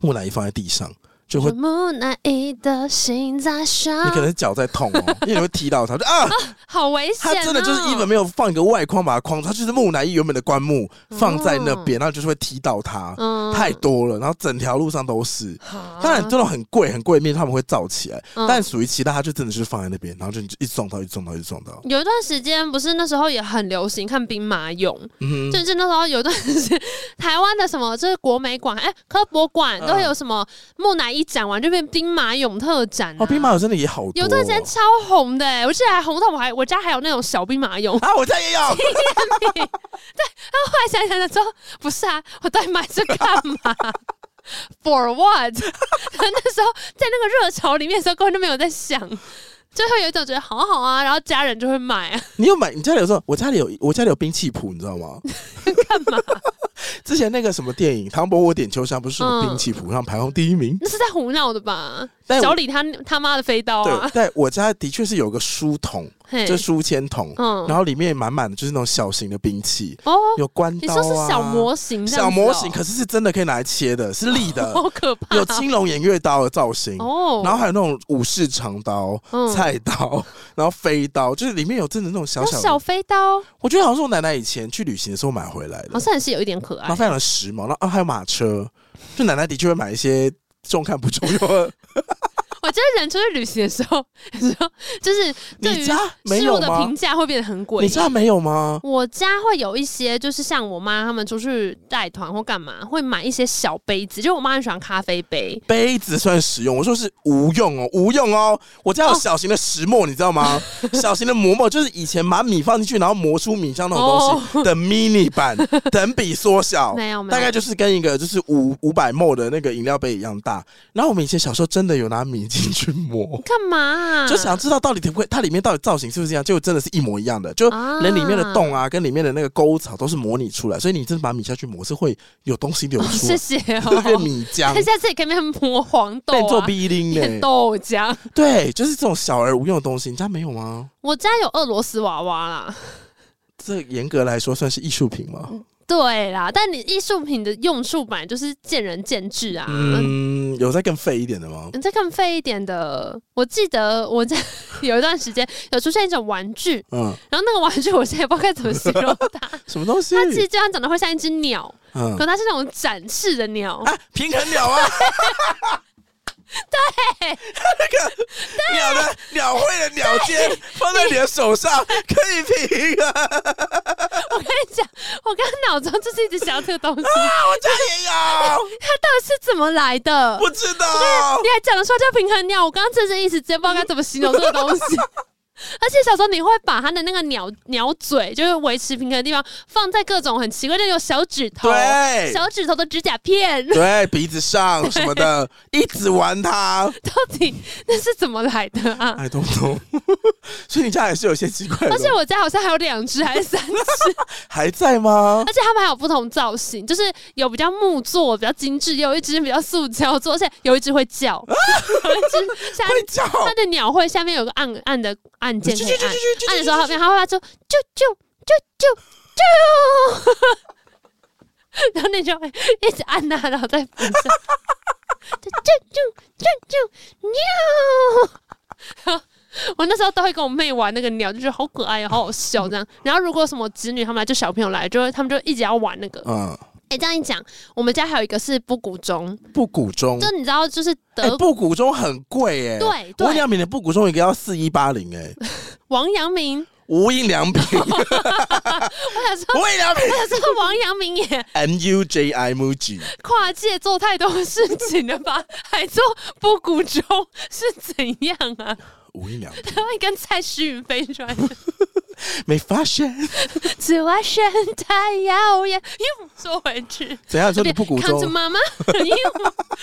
S1: 木乃伊放在地上，就会
S2: 有木乃伊的心在
S1: 你
S2: 烧
S1: 可，能脚在痛 哦，因为你会踢到它，就啊，
S2: 好危险、
S1: 它
S2: 哦！
S1: 真的就是一本没有放一个外框把它框住，它就是木乃伊原本的棺木放在那边，然后就是会踢到它，
S2: 嗯
S1: 太多了，然后整条路上都是。
S2: 好啊
S1: 当然，这种很贵很贵的面他们会造起来，
S2: 嗯
S1: 但属于其他，它就真的是放在那边，然后就你就一直撞到，一直撞到，一直撞到。
S2: 有一段时间不是那时候也很流行看兵马俑，
S1: 嗯哼，
S2: 甚至那时候有一段时间，台湾的什么就是国美馆、哎、科博馆
S1: 嗯
S2: 都会有什么木乃伊展完就变兵马俑特展、啊。
S1: 哦，兵马俑真的也好多哦。
S2: 有段时间超红的、哎我记得还红到我还我家还有那种小兵马俑。后
S1: 啊，我家也 有。
S2: 来想想之后，不是啊，我到底买这干嘛 ？For what？那时候在那个热潮里面的时候，根本就没有在想，就会有一种觉得好好啊，然后家人就会买啊。
S1: 你有买？你家里有时候，我家里有，我家里有兵器谱，你知道 吗？干嘛？ 之前那个什么电影《唐伯虎点秋香》不是什么
S2: 嗯
S1: 兵器谱上排行第一名？
S2: 那是在胡闹的吧？
S1: 但我
S2: 小李他他妈的飞刀啊
S1: 对，！在我家的确是有个书桶，
S2: 嘿
S1: 就书签桶，
S2: 嗯
S1: 然后里面满满的就是那种小型的兵器，
S2: 哦，
S1: 有关
S2: 你
S1: 刀
S2: 说
S1: 啊，
S2: 是小模型这
S1: 小
S2: 样子哦、
S1: 模型，可是是真的可以拿来切的，是立的，
S2: 好可怕、
S1: 有青龙偃月刀的造型。
S2: 哦，
S1: 然后还有那种武士长刀、
S2: 嗯
S1: 菜刀，然后飞刀，就是里面有真的那种小
S2: 那
S1: 小
S2: 小
S1: 的。
S2: 飞刀
S1: 我觉得好像是我奶奶以前去旅行的时候买回来的，
S2: 好像也是有一点可
S1: 然后
S2: 爱。
S1: 非常的时髦。然后啊，还有马车，就奶奶的确会买一些重看不重用 的。
S2: 我觉得人出去旅行的时候，有时候就是对
S1: 你
S2: 于
S1: 家没
S2: 事
S1: 有
S2: 物的
S1: 吗
S2: 评？价会变得很诡
S1: 你家
S2: 异。
S1: 没有吗？
S2: 我家会有一些，就是像我妈他们出去带团或干嘛，会买一些小杯子，就我妈很喜欢咖啡杯，
S1: 杯子算实用，我说是无用哦，无用哦。我家有小型的石磨，你知道吗？
S2: 哦
S1: 小型的磨磨就是以前把米放进去，然后磨出米浆那种东西的 mini 版，等比缩小，
S2: 哦没有没有
S1: 大概就是跟一个就是五五百沫的那个饮料杯一样大。然后我们以前小时候真的有拿米进去磨。
S2: 干嘛啊、
S1: 就想知道到底可不可以，它里面到底造型是不是这样？结果真的是一模一样的，就人里面的洞啊，跟里面的那个沟槽都是模拟出来，所以你真的把米下去磨是会有东西流
S2: 哦
S1: 出
S2: 谢
S1: 来，
S2: 谢
S1: 会变
S2: 哦。
S1: 米浆
S2: 他，下次也可以变磨黄豆
S1: 被你做
S2: 啊，
S1: 逼丁
S2: 变
S1: 呢。
S2: 豆浆。
S1: 对，就是这种小而无用的东西，你家没有吗？
S2: 我家有俄罗斯娃娃啦，
S1: 这严格来说算是艺术品吗？
S2: 对啦，但你艺术品的用处本来就是见仁见智啊。
S1: 嗯，有再更废一点的吗？
S2: 你再更废一点的，我记得我在 有一段时间有出现一种玩具，
S1: 嗯，
S2: 然后那个玩具我现在也不知道该怎么形容它，
S1: 什么东西
S2: 它？其实就像长得会像一只鸟，
S1: 嗯
S2: 可它是那种展翅的鸟，
S1: 啊，平衡鸟 啊。对，那
S2: 啊
S1: 个鸟的鸟会的鸟尖放在你的手上可以平衡。
S2: 我刚刚脑中就是一直想到这个东西，
S1: 啊，我家也有，
S2: 它到底是怎么来的？
S1: 啊不知道
S2: 你。还讲的说叫平衡鸟，我刚刚真是一时间不知道该怎么形容这个 东西。而且小时候你会把它的那个鸟鸟嘴，就是维持平衡的地方，放在各种很奇怪的那种小指头、
S1: 对
S2: 小指头的指甲片，
S1: 对，鼻子上什么的，一直玩它。
S2: 到底那是怎么来的啊？
S1: 哎，东东， 所以你家也是有一些奇怪的
S2: 而
S1: 东西，
S2: 且我家好像还有两只还是三只，
S1: 还在吗？
S2: 而且它们还有不同造型，就是有比较木做、比较精致，也有一只比较塑胶做，而且有一只会叫，有一只下
S1: 会叫，
S2: 它的鸟会下面有个按按的按键可以
S1: 啾啾啾啾，
S2: 按按
S1: 啾
S2: 的
S1: 啾
S2: 时候
S1: 啾
S2: 它它会发出啾啾啾啾， 然后你就会一直按它，然后再扶上，就啾啾啾啾喵。 我那时候都会跟我妹玩那个鸟，就觉得好可爱哦，好好笑这样。然后如果什么子女他们来，就小朋友来，就会他们就一直要玩那个。
S1: 嗯，
S2: 哎、这样一讲，我们家还有一个是布谷钟，
S1: 布谷钟，
S2: 就你知道，就是
S1: 哎，
S2: 德
S1: 布谷钟很贵哎，
S2: 对对
S1: 我两品的布谷钟一个要四一八零哎，
S2: 王阳明，
S1: 无印良品，
S2: 我想说
S1: 无印 良品
S2: 可是王阳明也
S1: ，M U J I M U G，
S2: 跨界做太多事情了吧？ 还做布谷钟是怎样啊？
S1: 无印良品，
S2: 他会跟蔡诗芸飞出来的，
S1: 没发 现？
S2: 紫外线太耀眼，又缩回去。
S1: 怎样说你布谷
S2: 看着
S1: 钟
S2: 妈妈，又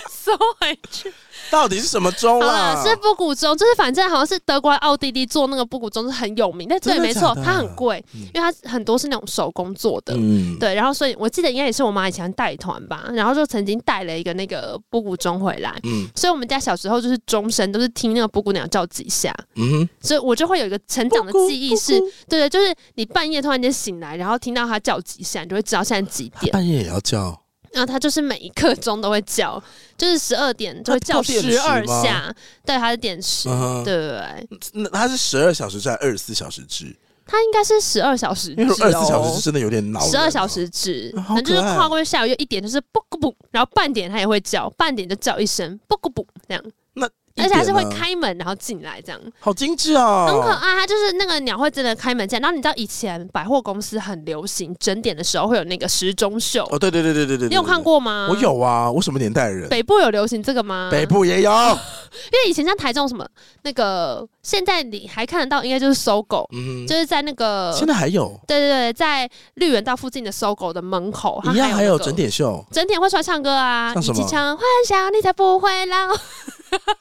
S2: 缩回 去。
S1: 到底是什么钟
S2: 好
S1: 啊
S2: 了，？是布谷钟，就是反正好像是德国、奥地利做那个布谷钟是很有名，但对，
S1: 真的
S2: 没错，
S1: 假的
S2: 它很贵，因为它很多是那种手工做的。
S1: 嗯，
S2: 对，然后所以我记得应该也是我妈以前带团吧，然后就曾经带了一个那个布谷钟回来，
S1: 嗯
S2: 所以我们家小时候就是终身都是听那个布谷鸟叫几下，
S1: 嗯
S2: 所以我就会有一个成长的
S1: 布谷
S2: 记忆是，
S1: 布谷
S2: 对对，就是你半夜突然间醒来，然后听到它叫几下，你就会知道现在几
S1: 哼，
S2: 点。
S1: 半夜也要叫，
S2: 然后他就是每一刻钟都会叫，就是十二点就会
S1: 它
S2: 叫
S1: 不定时
S2: 十二
S1: 吗
S2: 下，对，他是点十、
S1: 嗯哼，
S2: 对对对，
S1: 那它是十二小时制还是二十四小时制？
S2: 他应该是十二小时制
S1: 因为二十四小时
S2: 哦
S1: 制。真的有点恼人哦。
S2: 十二小时制，
S1: 啊好
S2: 反正就是
S1: 可爱
S2: 跨过去下午就一点，就是不咕不，然后半点他也会叫，半点就叫一声不咕不这样，
S1: 那一
S2: 而且还是会
S1: 点呢，啊
S2: 开门然后进来这样。
S1: 好精致哦，
S2: 很可爱，它就是那个鸟会真的开门进来。然后你知道以前百货公司很流行整点的时候会有那个时钟秀，
S1: 哦，对对对对对对，对
S2: 你有看？过吗？
S1: 对我。有啊，我什么年代人？
S2: 北部有流行这个吗？
S1: 北，部也有，
S2: 因为以前像台中什么那个，现在你还看得到，应该就是搜狗，
S1: 嗯，
S2: 就是在那个，
S1: 现在还有，
S2: 对对对，在绿园道附近的搜狗的门口，它
S1: 一样
S2: 有
S1: 还
S2: 那
S1: 有
S2: 个
S1: 整。点秀，
S2: 整点会出来唱歌啊，
S1: 唱
S2: 以
S1: 什么
S2: 及唱《幻想你才不会老》， 干嘛啦？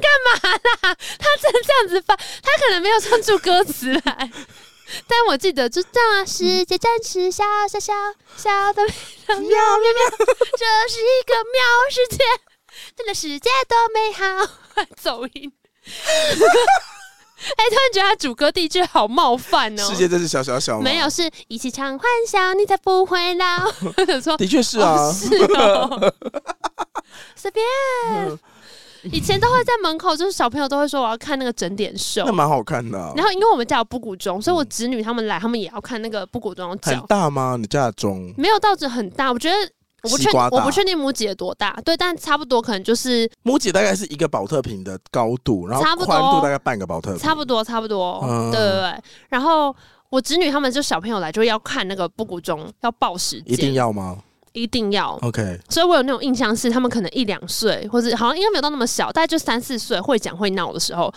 S2: 他真的这样子翻，他可能没有唱出歌词来，但我记得就这样啊。世界真是小小小小的 喵喵喵喵，这是一个喵世界，真的世界多美好。 走音。 哎、突然觉得他主歌第一句好冒犯哦。
S1: 世界真是小小小吗，
S2: 没有，是一起唱幻想，你才不会老。 我想说，
S1: 的确是
S2: 哦
S1: 啊，
S2: 是 哦，随便。以前都会在门口，就是小朋友都会说我要看那个整点秀
S1: 那。蛮好看的啊，
S2: 哦然后因为我们家有布谷钟，所以我侄女他们来，他们也要看那个布谷钟
S1: 很
S2: 叫，
S1: 大吗？你家的钟
S2: 没有到这很大，我觉得。我不确
S1: 西瓜大
S2: 我不确定母姐多大，对，但差不多可能就是
S1: 母姐大概是一个保特瓶的高度，然后
S2: 差不多
S1: 宽度大概半个保特瓶，
S2: 差不多，差不多，
S1: 嗯
S2: 对对对。然后我侄女他们就小朋友来就要看那个布谷钟，要报时间，
S1: 一定要吗
S2: 一定要，
S1: ？OK，
S2: 所以我有那种印象是，他们可能一两岁，或者好像应该没有到那么小，大概就三四岁，会讲会闹的时候，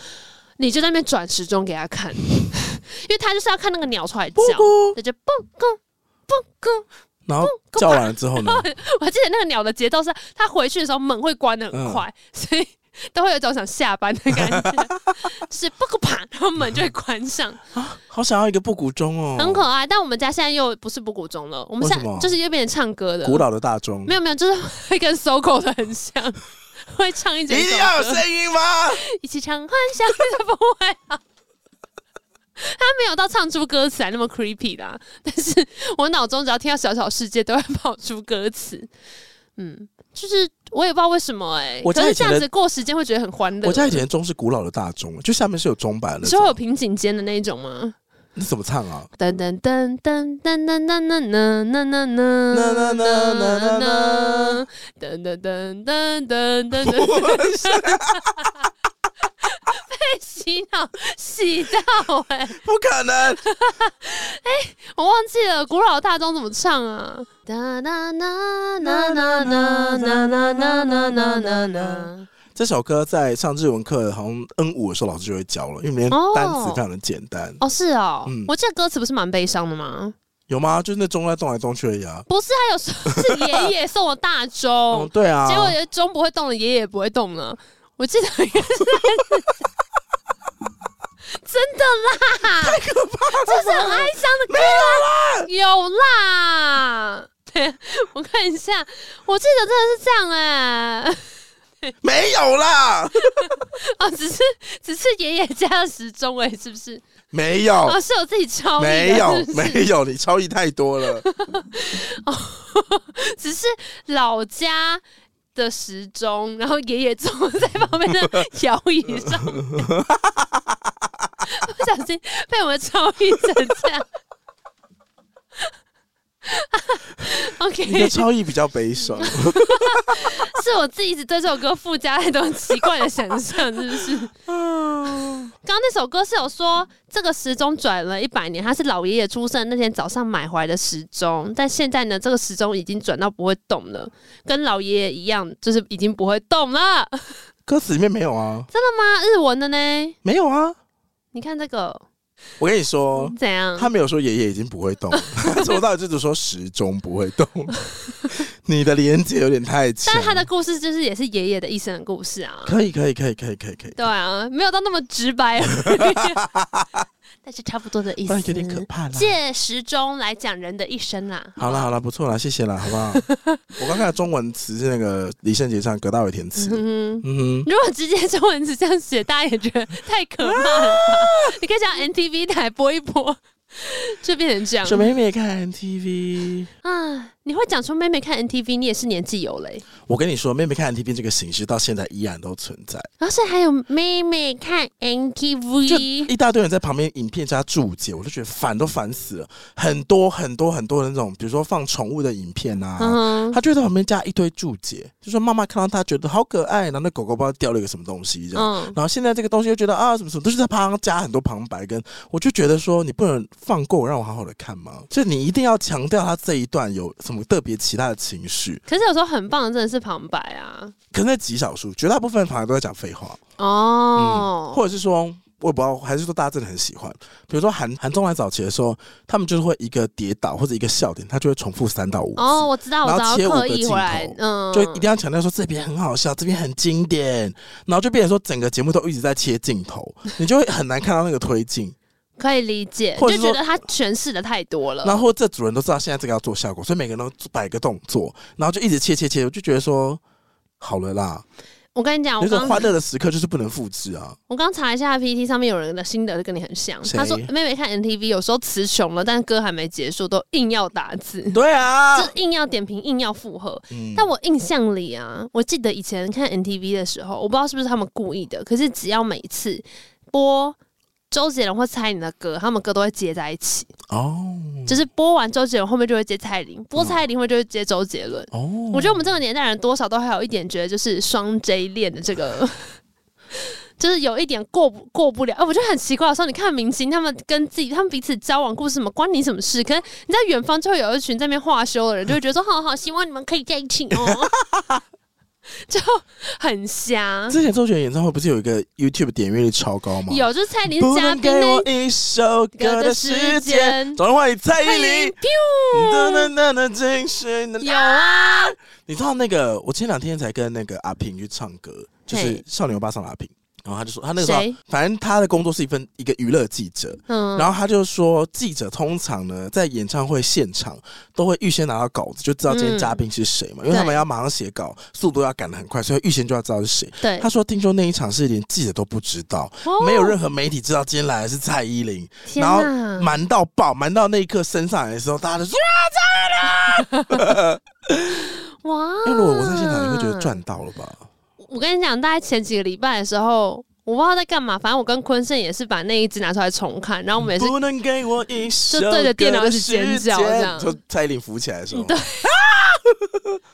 S2: 你就在那边转时钟给他看， 因为他就是要看那个鸟出来叫，
S1: 咕，
S2: 他就蹦咕蹦咕。
S1: 然后叫完了之后呢？
S2: 我记得那个鸟的节奏是，它回去的时候门会关的很
S1: 嗯
S2: 快，所以都会有一种想下班的感觉，就是蹦咕啪，然后门就会关上，
S1: 好想要一个布谷钟哦，
S2: 很可爱。但我们家现在又不是布谷钟了，我们现
S1: 为什
S2: 在
S1: 么
S2: 就是又变成唱歌的，
S1: 古老的大钟
S2: 没，有没有，就是会跟搜狗的很像， 会唱一整
S1: 一
S2: 首
S1: 定要有
S2: 歌
S1: 声音吗？
S2: 一起唱幻想的不会啊。 他没有到唱出歌词来那么 creepy 啦， 但是我脑中只要听到《小小世界》，都会跑出歌词。嗯，就是我也不知道为什么哎、
S1: 我
S2: 可
S1: 家
S2: 是
S1: 以
S2: 这
S1: 前
S2: 样
S1: 的
S2: 子过时间会觉得很欢乐。
S1: 我家以前的钟是古老的大钟，就下面是有钟摆的
S2: 你
S1: 那
S2: 说会有
S1: 种，
S2: 瓶颈间的那一种吗？
S1: 你怎么唱啊？
S2: 噔噔噔噔噔噔噔噔噔噔噔噔噔噔噔噔噔噔噔噔噔。被洗脑洗到哎、
S1: 不可 能，
S2: 我忘记了古老大钟怎么唱啊？哒啦啦啦啦啦啦啦啦啦啦啦啦。
S1: 这首歌在上日文课好像 N 五的时候老师就会教了，因为里面
S2: 哦
S1: 单词非常的简单，
S2: 哦，是哦，
S1: 嗯
S2: 我记得歌词不是蛮悲伤的吗？
S1: 有吗？就是那钟在动来动去而已啊。
S2: 不是，他有时候是爷爷送我大
S1: 哦
S2: 钟，，
S1: 对啊，
S2: 结果有钟不会动了，爷爷也不会动了。我记得应该是真的啦，太可怕了，这是很哀伤的歌啊，有啦。 对，我看一下，我记得真的是这样哎、
S1: 没有 啦，
S2: 哦，只是只是爷爷家的时钟哎、是不是？
S1: 没有，
S2: 哦，是我自己超意的
S1: 没有
S2: 是，不是
S1: 没有，你超意太多 了。
S2: 只是老家的时钟，然后爷爷坐在旁边的摇椅上 面，不小心被我们超译成这样。
S1: 你的
S2: OK，
S1: 超意比较悲 伤，
S2: 是我自己一直对这首歌附加了很多很奇怪的想象，是不是？嗯刚刚那首歌是有说这个时钟转了一百年，它是老爷爷出生那天早上买回来的时钟，但现在呢，这个时钟已经转到不会动了，跟老爷爷一样，就是已经不会动了。
S1: 歌词里面没有啊，
S2: 那日文的呢？
S1: 没有啊。
S2: 你看这个
S1: 我跟你说，
S2: 怎样？
S1: 他没有说爷爷已经不会动，他从头到尾就只说时钟不会动。 你的连接有点太强
S2: 但是，他的故事就是也是爷爷的一生的故事啊。
S1: 可以，可以，可以，可以，可以，可以，
S2: 对啊，没有到那么直白， 但是差不多的意
S1: 不
S2: 思
S1: 然。有点可怕啦。
S2: 借时钟来讲人的一生啊啦。
S1: 好啦，好啦，不错啦，谢谢啦，好不好？我刚看的中文词是那个李圣杰唱葛大为填词，
S2: 嗯哼。
S1: 嗯哼，
S2: 如果直接中文字这样写，大家也觉得太可怕了吧。你可以讲 NTV 台播一播，就变成这样
S1: 小妹妹看 NTV，
S2: 啊！你会讲出妹妹看 NTV，你也是年纪有嘞、
S1: 我跟你说，妹妹看 NTV 这个形式到现在依然都存在，
S2: 然后现在还有妹妹看
S1: 就
S2: NTV，
S1: 一大堆人在旁边影片加注解，我就觉得烦都烦死了。很多很多很多的那种，比如说放宠物的影片啊，
S2: 嗯哼，
S1: 他就会在旁边加一堆注解，就说妈妈看到他觉得好可爱，然后那狗狗不知道掉了一个什么东西这样。
S2: 嗯，
S1: 然后现在这个东西又觉得啊什么什么，都是在旁加很多旁白跟，我就觉得说你不能放过我让我好好的看吗？就你一定要强调他这一段有什么特别其他的情绪，
S2: 可是有时候很棒的真的是旁白啊，
S1: 可能在极少数，绝大部分反而都在讲废话，
S2: 哦，
S1: 嗯或者是说。我也不知道，还是说大家真的很喜欢。比如说韩韩综来早期的时候，他们就是会一个跌倒或者一个笑点，他就会重复三到五次。
S2: 哦，我知道，我
S1: 然
S2: 知
S1: 后
S2: 道，
S1: 切五
S2: 刻
S1: 个
S2: 意
S1: 镜
S2: 回来
S1: 头，
S2: 嗯，
S1: 就一定要强调说这边很好笑，这边很经典，然后就变成说整个节目都一直在切镜头，你就会很难看到那个推 进。
S2: 可以理解，
S1: 或者
S2: 就是觉
S1: 说
S2: 得他诠释的太多了。
S1: 然后这主人都知道现在这个要做效果，所以每个人都摆个动作，然后就一直切切切，我就觉得说。好了啦，
S2: 我跟你啊讲，我
S1: 那种
S2: 刚
S1: 欢乐的时刻就是不能复制啊！
S2: 我刚查一下 PPT 上面有人的心得就跟你很像，
S1: 谁
S2: 他说妹妹看 NTV 有时候词穷了，但是歌还没结束都硬要打字，
S1: 对啊，
S2: 就硬要点评，硬要附和。
S1: 嗯
S2: 但我印象里啊，我记得以前看 NTV 的时候，我不知道是不是他们故意的，可是只要每次播周杰伦或蔡依林的歌，他们歌都会接在一起，
S1: 哦
S2: 就是播完周杰伦后面就会接蔡依林，播蔡依林后面就会接周杰伦。
S1: 哦，
S2: 我觉得我们这个年代人多少都还有一点觉得就是双 J 恋的这个。 就是有一点过不过不了，哎、我觉得很奇怪。有时候你看明星，他们跟自己他们彼此交往故事什么，关你什么事？可是你在远方就会有一群在那边话休的人，就会觉得说，好好，希望你们可以在一起哦，就很瞎。
S1: 之前周杰伦演唱会不是有一个 YouTube 点阅率超高吗？
S2: 嗯有就是蔡依林
S1: 不
S2: 是嘉
S1: 能
S2: 宾
S1: 给
S2: 那
S1: 我
S2: 一
S1: 一首歌的时间，
S2: 间，
S1: 总是欢迎蔡依
S2: 蔡依
S1: 林
S2: 林。，biu
S1: 噔噔噔噔，精神
S2: 有啊，
S1: 你知道那个？我前两天才跟那个阿平去唱歌，就是
S2: 嘿
S1: 少年欧巴上的阿平，然后他就说他那个时候
S2: 谁？
S1: 反正他的工作是一份一个娱乐记者，
S2: 嗯，
S1: 然后他就说记者通常呢在演唱会现场都会预先拿到稿子，就知道今天
S2: 嗯
S1: 嘉宾是谁嘛，因为他们
S2: 对
S1: 要马上写稿，速度要赶得很快，所以预先就要知道是谁。
S2: 对
S1: 他，说听说那一场是连记者都不知道，
S2: 哎哦
S1: 没有任何媒体知道今天来的是蔡依林，
S2: 天
S1: 然后
S2: 哪
S1: 瞒到爆，瞒到那一刻升上来的时候，大家就说。
S2: 哇！
S1: 因为哎如果我在现场，你会觉得赚到了吧？
S2: 我跟你讲，大概前几个礼拜的时候，我不知道在干嘛，反正我跟坤盛也是把那一支拿出来重看，然后我们也是
S1: 不能给我一首
S2: 就对着电脑一直尖叫
S1: 歌的时间
S2: 这样
S1: 就蔡依林浮起来的时候，
S2: 对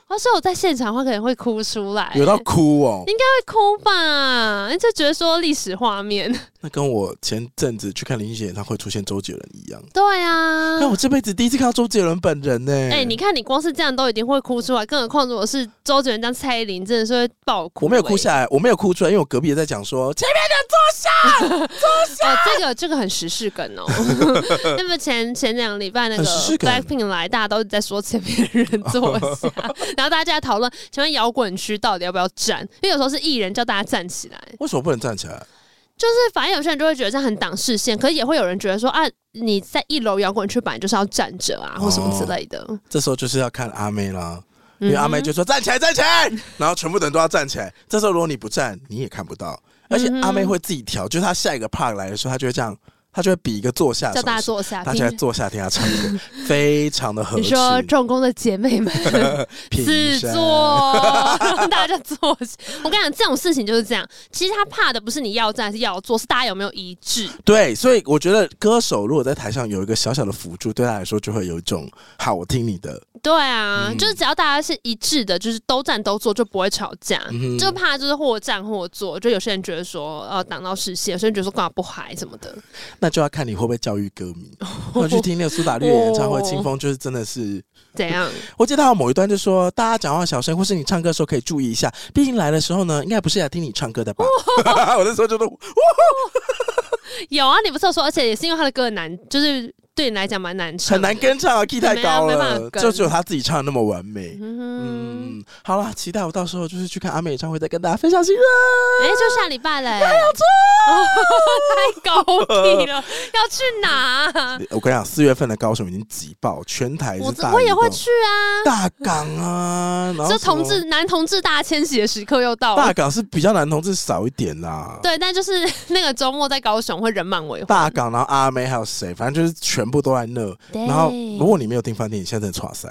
S2: 他哦说我在现场的话可能会哭出来、
S1: 有到
S2: 会
S1: 哭哦。
S2: 哭吧，就觉得说历史 画面，
S1: 那跟我前阵子去看林俊杰演唱会出现周杰伦一样。哎
S2: 对啊
S1: 那。我欸这辈子第一次看到周杰伦本人呢。
S2: 哎、你看，你光是这样都已经会哭出来，更何况如果是周杰伦当蔡依林，真的是会爆哭、欸
S1: 我没有哭下来，我没有哭出来，因为我隔壁也在讲说前面
S2: 哎哦，这个这个很时事梗哦。 那么前前两个礼拜那个
S1: 很时事梗
S2: Blackpink 来，大家都在说前面的人坐下，
S1: 哦
S2: 然后大家就在讨论，请问摇滚区到底要不要站？因为有时候是艺人叫大家站起来，
S1: 为什么不能站起来？
S2: 就是反正有些人就会觉得这样很挡视线，可是也会有人觉得说啊，你在一楼摇滚区本来就是要站着啊，或什么之类的。
S1: 这时候就是要看阿妹啦，哦因
S2: 嗯
S1: 为
S2: 哼
S1: 阿妹就说站起来，站起来， 然后全部的人都要站起来。这时候如果你不站，你也看不到。而且
S2: 嗯哼
S1: 阿妹会自己调，就是她下一个 part 来的时候，她就会这样，她就会比一个坐下的
S2: 叫大家
S1: 手势
S2: 坐下，
S1: 大家
S2: 听
S1: 坐下听他唱 歌，非常的合
S2: 你
S1: 适。
S2: 说重工的姐妹们
S1: 平
S2: 四
S1: 山
S2: 座，让 大家坐下。我跟你讲，这种事情就是这样。其实他怕的不是你要站还是要坐，是大家有没有一致。
S1: 对，所以我觉得歌手如果在台上有一个小小的辅助，对他来说就会有一种好，我听你的。
S2: 对啊，
S1: 嗯
S2: 就是只要大家是一致的，就是都站都坐，就不会吵架。
S1: 嗯
S2: 就
S1: 哼，
S2: 怕就是或站或坐，就有些人觉得说，呃，挡到视线；有些人觉得说干嘛不嗨什么的。
S1: 那就要看你会不会教育歌 迷。我去听那个苏打绿的演唱会，
S2: 哦
S1: 清风就是真的是，
S2: 怎样？
S1: 我记得他有某一段就说，大家讲话小声，或是你唱歌的时候可以注意一下，毕竟来的时候呢，应该不是来听你唱歌的吧？ 我那时候觉得，
S2: 有啊，你不是有说，而且也是因为他的歌很难，就是对你来讲蛮难唱，
S1: 很难。跟 唱啊，key 太高
S2: 没办
S1: 了
S2: 法，跟
S1: 就只有他自己唱的那么完美。
S2: 嗯
S1: 嗯，好啦，期待我到时候就是去看阿妹演唱会，再跟大家分享心得。
S2: 哼，哎、就下礼 拜嘞、哦太狗屁 了，要去哪啊、
S1: 我跟你讲，四月份的高雄已经挤爆，全台
S2: 我
S1: 是
S2: 知
S1: 大
S2: 我也
S1: 移
S2: 会
S1: 动
S2: 去啊。
S1: 大港 啊，然后
S2: 这
S1: 什么
S2: 同志男同志大迁徙的时刻又到
S1: 大
S2: 了，
S1: 港是比较男同志少一点啦。
S2: 对，但就是那个周末在高雄会人满为患。
S1: 大港，然后阿妹还有谁？反正就是全全部都在那。
S2: 对
S1: 然后，如果你没有订饭店，你现在真的岔赛，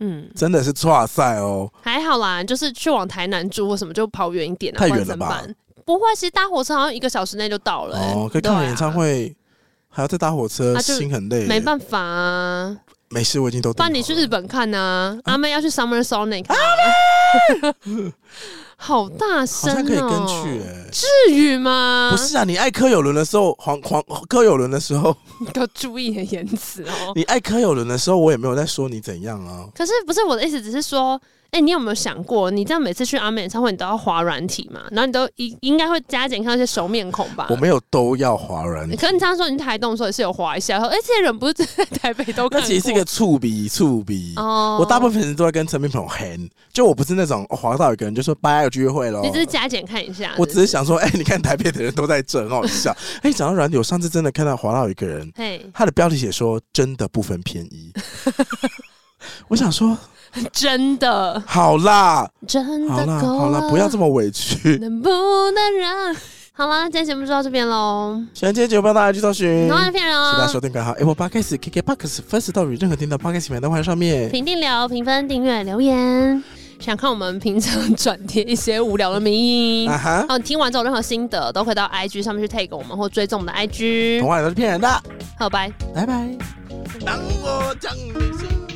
S2: 嗯，
S1: 真的是岔赛哦。
S2: 还好啦，就是去往台南住或什么，就跑远一点啊，
S1: 太远
S2: 不然怎么
S1: 了吧
S2: 办？不会，其实搭火车好像一个小时内就到了、欸。
S1: 哦，可以
S2: 对啊
S1: 看演唱会，还要再搭火车，
S2: 啊就
S1: 心很累。
S2: 没办法啊，
S1: 没事，我已经都订
S2: 不然你
S1: 好
S2: 去
S1: 了
S2: 日本看呐、啊，阿妹要去 Summer Sonic，、啊、 好大
S1: 好
S2: 声哦、
S1: 像可以跟去哎。
S2: 至于吗？
S1: 不是啊，你爱柯有伦的时候，黄黄柯有伦的时候，
S2: 你给我注意你的言辞哦。
S1: 你爱柯有伦的时候，我也没有在说你怎样啊。
S2: 可是不是我的意思，只是说，哎、你有没有想过，你这样每次去阿美演唱会，你都要滑软体嘛？然后你都应应该会加减看到一些熟面孔吧？
S1: 我没有都要华人，
S2: 可是啊你常说你去台东的时候也是有滑一下，说哎、这些人不是在台北都
S1: 那
S2: 看过？
S1: 其实是一个触鼻触鼻。
S2: 哦
S1: 我大部分时都在跟陈明朋友 hang，就我不是那种哦滑到有个人就说拜要去约会喽
S2: 你。只是加减看一下，
S1: 哦我只是想说，哎、你看台北的人都在这，很好笑。哎、讲到软体，我上次真的看到滑到有一个人，
S2: 嘿，
S1: 他的标题写说真的不分偏一。 我想说，
S2: 真的
S1: 好啦，
S2: 真
S1: 好
S2: 的
S1: 啦，
S2: 够
S1: 好啦，不要这么委屈。
S2: 能不能让？好啦，今天节目就到这边喽，
S1: 喜欢今天节目，帮大家去搜寻，
S2: 同样
S1: 谢
S2: 的骗人
S1: 谢大家嗯收
S2: 哦。
S1: 听，刚好 Apple Podcast、KKBox、First Story 任何听到 Podcast 平台都欢迎上面。
S2: 评定留、评分、订阅、留言，想看我们平常转贴一些无聊的迷因
S1: 啊。哈，
S2: 哦，你听完之后有任何心得都可以到 IG 上面去 tag 我们，或追踪我们的
S1: 童
S2: IG。
S1: 话也都是骗人的，
S2: 好，拜。
S1: 拜拜。当我将你心。